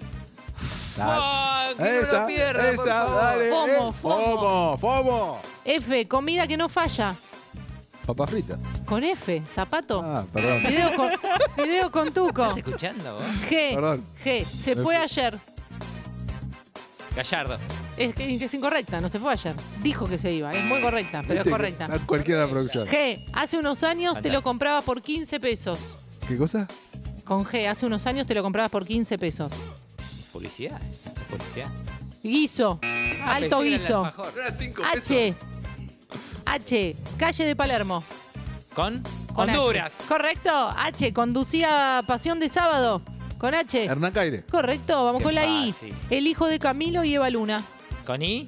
S6: Ah, que no lo
S5: esa,
S6: pierda, por
S5: esa,
S6: favor.
S5: dale.
S4: Fomo,
S5: eh.
S4: fomo.
S5: fomo, fomo.
S4: F, comida que no falla.
S5: Papa frita.
S4: Con F, zapato.
S5: Ah, perdón.
S4: Video con, video con tuco.
S6: ¿Estás escuchando vos?
S4: G,
S5: Perdón.
S4: G, se
S5: Me
S4: fue
S5: fui.
S4: ayer.
S6: Gallardo.
S4: Es que que es incorrecta, no se fue ayer. Dijo que se iba, es muy correcta, pero es
S5: Viste,
S4: correcta.
S5: Este, a Cualquiera la producción.
S4: G, hace unos años te
S5: Anda.
S4: lo compraba por 15 pesos.
S5: ¿Qué cosa?
S4: Con G, hace unos años te lo comprabas por 15 pesos.
S6: Publicidad. Publicidad.
S4: Guiso,
S6: Ah,
S4: alto
S6: pensé que era el
S4: guiso. Ah,
S6: alfajor.
S4: H, H, calle de Palermo.
S6: Con,
S4: Con H.
S6: Honduras.
S4: Correcto, H, conducía Pasión de Sábado. Con H.
S5: Hernán Caire.
S4: Correcto, vamos
S6: Qué
S4: con la
S6: fácil.
S4: I. El hijo de Camilo y Eva Luna.
S6: Con I.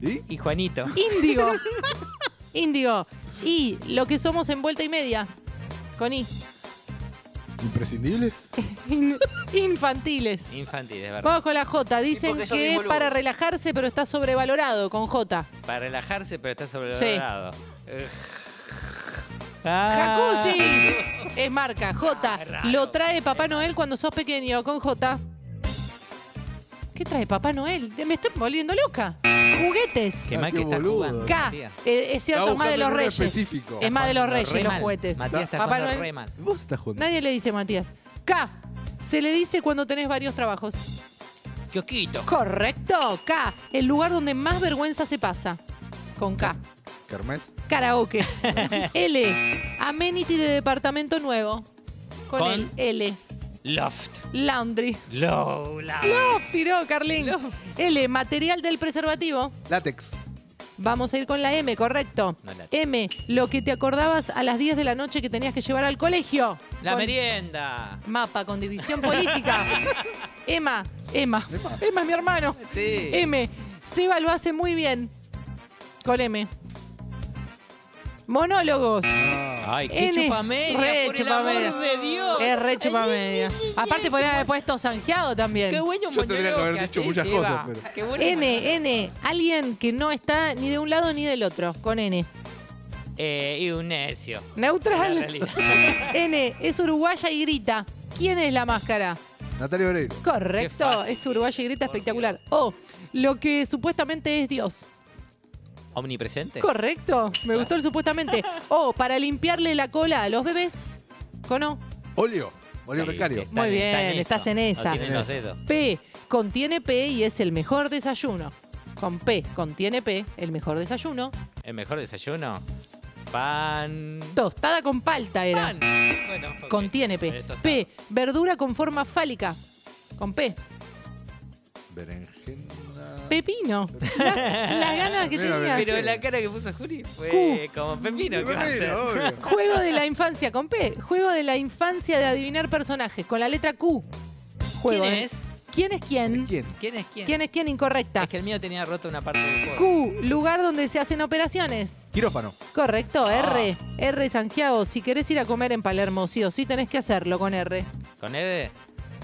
S5: ¿Y?
S6: Y Juanito.
S4: Índigo. Índigo. Y lo que somos en vuelta y media. Con I.
S5: ¿Imprescindibles?
S4: In- infantiles.
S6: Infantil, es verdad.
S4: Vamos con la J. Dicen
S6: porque sos
S4: que
S6: bien
S4: es
S6: boludo.
S4: para relajarse, pero está sobrevalorado con J.
S6: Para relajarse, pero está sobrevalorado.
S4: Sí.
S6: Eh,
S4: ¡Jacuzzi! Ah. Es marca, J. Lo trae Papá Noel cuando sos pequeño, con J. ¿Qué trae Papá Noel? Me estoy volviendo loca. Juguetes.
S6: Qué mal que está jugando.
S4: K.
S6: Matías.
S4: Eh, es cierto,
S6: Estaba
S4: es más de los
S6: buscando el número
S4: reyes.
S6: específico.
S4: Es más de los
S6: Está
S4: reyes,
S6: jugando re
S4: los
S6: mal.
S4: juguetes.
S6: Matías está
S4: Papá
S6: jugando
S4: Noel-
S6: re mal.
S5: Vos estás jugando.
S4: Nadie le dice Matías. K. Se le dice cuando tenés varios trabajos.
S6: Kiosquito.
S4: Correcto. K. El lugar donde más vergüenza se pasa. Con K.
S5: Kermés.
S4: Karaoke. L. Amenity de departamento nuevo. Con,
S6: Con-
S4: el L.
S6: Loft.
S4: Laundry.
S6: Low, low.
S4: Love, tiró Carlín. L. Material del preservativo.
S5: Látex.
S4: Vamos a ir con la M, correcto.
S6: No, la-
S4: M. Lo que te acordabas a las 10 de la noche que tenías que llevar al colegio.
S6: La
S4: Con-
S6: merienda.
S4: Mapa con división política. Emma, Emma. Emma, es mi hermano.
S6: Sí.
S4: M. Seba lo hace muy bien. Con M. Monólogos.
S6: Ay, qué
S4: N.
S6: chupamedia,
S4: Re
S6: por el
S4: chupamedia.
S6: amor de Dios.
S4: Es re chupamedia. Aparte podría haber puesto zanjeado también.
S6: Qué bueno
S5: Yo tendría que haber
S6: monologa,
S5: dicho
S6: sí,
S5: muchas
S6: Eva.
S5: cosas, pero-
S6: Qué bueno
S4: N, N. Alguien que no está ni de un lado ni del otro. Con N.
S6: Eh, y un necio. La
S4: Neutral.
S6: realidad.
S4: N es uruguaya y grita. ¿Quién es la máscara?
S5: Natalia Oreiro.
S4: Correcto, es uruguaya y grita espectacular. O lo que supuestamente es Dios.
S6: ¿Omnipresente?
S4: Correcto,
S6: Ah.
S4: me gustó el supuestamente. O para limpiarle la cola a los bebés. ¿Cono?
S5: Olio. Olio
S6: Sí,
S5: Recario.
S6: sí, está
S4: Muy bien,
S6: está en
S4: estás
S6: eso.
S4: en
S6: No
S4: esa.
S6: tiene los dedos.
S4: P contiene P y es el mejor desayuno. Con P contiene P, el mejor desayuno.
S6: El mejor desayuno. Pan.
S4: Tostada con palta era.
S6: Ah, Bueno, ok.
S4: Contiene P.
S6: Esto está-
S4: P, verdura con forma fálica. Con P.
S5: Berenjena.
S4: Pepino. La, la gana que
S6: Pero
S4: tenía.
S6: la cara que puso Juli fue como Pepino. ¿Qué va a hacer?
S4: Juego de la infancia, con P. Juego de la infancia de adivinar personajes, con la letra Q. Juego,
S6: ¿Quién
S4: ¿eh?
S6: es?
S4: ¿Quién es quién?
S5: ¿Quién?
S6: ¿Quién es quién?
S4: ¿Quién es quién? Incorrecta.
S6: Es que el mío tenía roto una parte del juego.
S4: Q, lugar donde se hacen operaciones.
S5: Quirófano.
S4: Correcto, R. R, Santiago. Si querés ir a comer en Palermo, sí o sí tenés que hacerlo con R.
S6: Con R.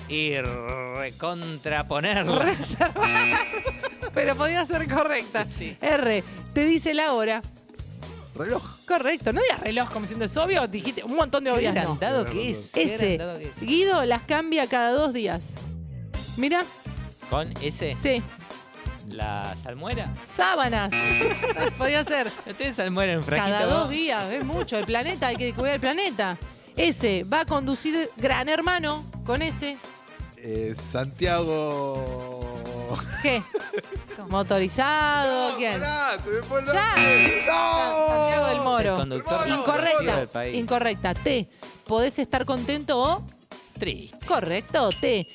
S6: Y recontraponerlo.
S4: Pero podía ser correcta. R, te dice la hora.
S5: Reloj.
S4: Correcto, no digas reloj como siendo es obvio, dijiste un montón de
S6: Qué
S4: obvias. no.
S6: agrandado que es, qué
S4: S.
S6: agrandado que es.
S4: Guido las cambia cada dos días. Mira,
S6: Con S.
S4: Sí.
S6: La salmuera.
S4: sábanas. Podía ser.
S6: Ustedes salmuera en franjita.
S4: Cada
S6: vos?
S4: dos días, es mucho. El planeta, hay que cuidar el planeta. S va a conducir Gran Hermano con S.
S5: Eh, Santiago.
S4: ¿Qué? Motorizado, ¿quién? Ya. Santiago del Moro.
S6: El conductor más conocido del
S4: Incorrecta.
S6: país.
S4: Incorrecta. T. Podés estar contento o.
S6: Triste.
S4: Correcto. T.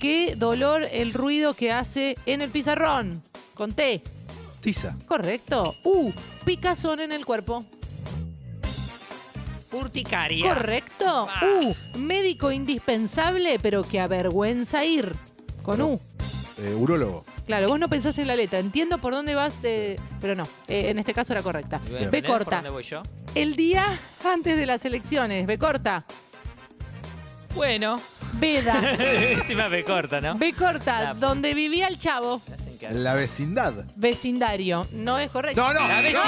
S4: Qué dolor el ruido que hace en el pizarrón. Con T.
S5: Tiza.
S4: Correcto. U. Picazón en el cuerpo.
S6: Urticaria.
S4: Correcto.
S6: Ah.
S4: U. Médico indispensable, pero que avergüenza ir. Con U.
S5: Eh, urólogo.
S4: Claro, vos no pensás en la letra. Entiendo por dónde vas, de- pero no. Eh, en este caso era correcta.
S6: Bueno,
S4: B
S6: ¿entendés por
S4: corta.
S6: dónde voy yo?
S4: El día antes de las elecciones. B corta.
S6: Bueno.
S4: Veda.
S6: Encima B corta, ¿no?
S4: B corta. Donde vivía el chavo.
S5: La vecindad.
S4: Vecindario. No es correcto.
S5: No, no.
S4: La vecindad.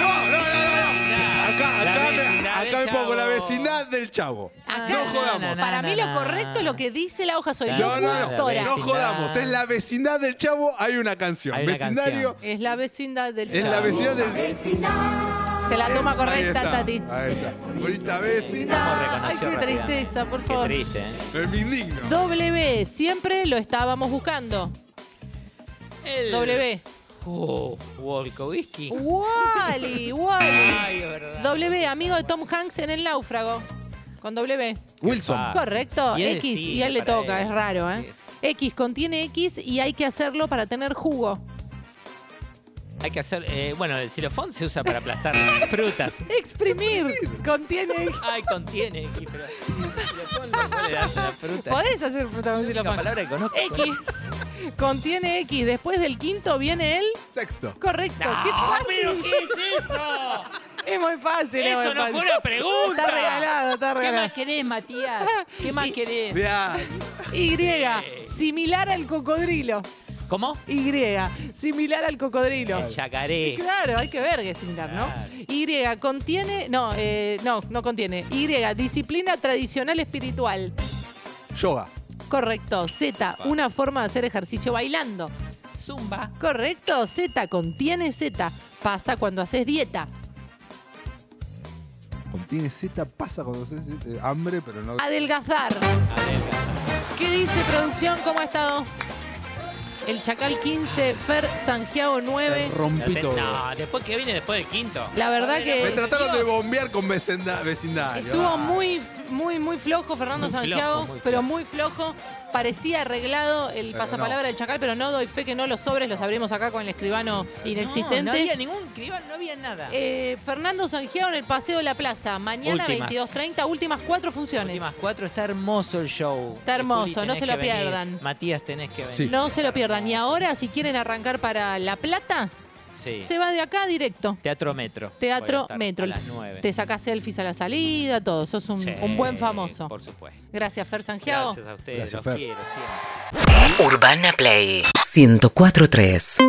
S5: No, no, no, no, no. Acá,
S6: La
S5: acá, me,
S6: vecindad
S5: acá
S6: del
S5: me pongo
S6: Chavo.
S5: la vecindad del chavo.
S4: Acá,
S5: no
S4: no,
S5: jodamos.
S4: Para mí lo correcto es lo que dice la hoja. Soy
S5: No, no, no.
S4: locutora.
S5: No jodamos. Es la vecindad del chavo. Hay una canción.
S6: Hay una
S5: Vecindario.
S4: Es la vecindad del
S5: Es la
S4: chavo.
S5: vecindad del.
S4: Se la toma correcta,
S5: Ahí
S4: Tati.
S5: está. Ahí está. Bonita vecina.
S4: Ay, qué tristeza, por favor.
S6: Triste, ¿eh?
S5: Me indigno.
S4: W, siempre lo estábamos buscando.
S6: El-
S4: W. Uh.
S6: Oh, Wolkowski.
S4: Wally,
S6: Ay,
S4: Wally.
S6: es verdad.
S4: W, amigo de Tom Hanks en El Náufrago. Con W.
S5: Wilson.
S6: Ah,
S4: Correcto,
S6: sí. Y él
S4: X.
S6: decide
S4: Y a él le
S6: para
S4: toca,
S6: él.
S4: es raro, ¿eh? X contiene X y hay que hacerlo para tener jugo.
S6: Hay que hacer. eh, bueno, el xilofón se usa para aplastar frutas.
S4: Exprimir contiene X.
S6: Ay, contiene X, pero. El xilofón no puede darse la fruta.
S4: Podés hacer fruta con
S6: La
S4: xilofón.
S6: palabra que conozco.
S4: X contiene X. Después del quinto viene el
S5: Sexto.
S4: correcto.
S6: No,
S4: ¡Qué
S6: pero
S4: fácil!
S6: ¿qué es eso?
S4: Es muy fácil. es muy
S6: Eso no
S4: fácil.
S6: fue una pregunta.
S4: Está regalado, está
S6: ¿Qué
S4: regalado.
S6: más querés, Matías? ¿Qué más querés?
S5: Bien.
S4: Y, similar al cocodrilo.
S6: ¿Cómo?
S4: Y, similar al cocodrilo.
S6: El yacaré.
S4: Claro, hay que ver que es similar, ¿no? Y, contiene, no, eh, no, no contiene. Y, disciplina tradicional espiritual.
S5: Yoga.
S4: Correcto. Z, una forma de hacer ejercicio bailando.
S6: Zumba.
S4: Correcto. Z, contiene Z. Pasa cuando haces dieta.
S5: Contiene Z, pasa cuando se eh, hambre, pero no.
S4: Adelgazar. ¿Qué dice producción? ¿Cómo ha estado? El Chacal 15, Fer Sangiao 9.
S5: Rompí todo.
S6: No, después que viene después del quinto.
S4: La verdad que-
S5: Me trataron de bombear con vecinda- vecindario.
S4: Estuvo
S5: Ah.
S4: muy, f- muy, muy flojo Fernando
S6: Muy flojo,
S4: Santiago,
S6: muy flojo.
S4: pero muy flojo. Parecía arreglado el
S5: Pero
S4: pasapalabra
S5: no.
S4: del Chacal, pero no doy fe que no los sobres los abrimos acá con el escribano inexistente.
S6: No, no había ningún cribón, no había nada.
S4: Eh, Fernando Sangiao en el Paseo de la Plaza. Mañana
S6: Últimas.
S4: 22.30, últimas cuatro funciones.
S6: Últimas cuatro, está hermoso el show.
S4: Está hermoso,
S6: Juli,
S4: no
S6: tenés
S4: se lo
S6: que venir.
S4: pierdan.
S6: Matías, tenés que venir.
S5: Sí.
S4: No se lo pierdan. Y ahora, si quieren arrancar para La Plata,
S6: Sí.
S4: se va de acá directo.
S6: Teatro Metro. Voy a
S4: Teatro
S6: estar
S4: Metro.
S6: A las nueve.
S4: Te sacás selfies a la salida, todo. Sos un,
S6: Sí,
S4: un buen famoso.
S6: Por supuesto.
S4: Gracias, Fer Sangiao.
S6: Gracias a ustedes,
S5: Gracias,
S6: los
S5: Fer.
S6: quiero siempre.
S2: Urbana Play 104.3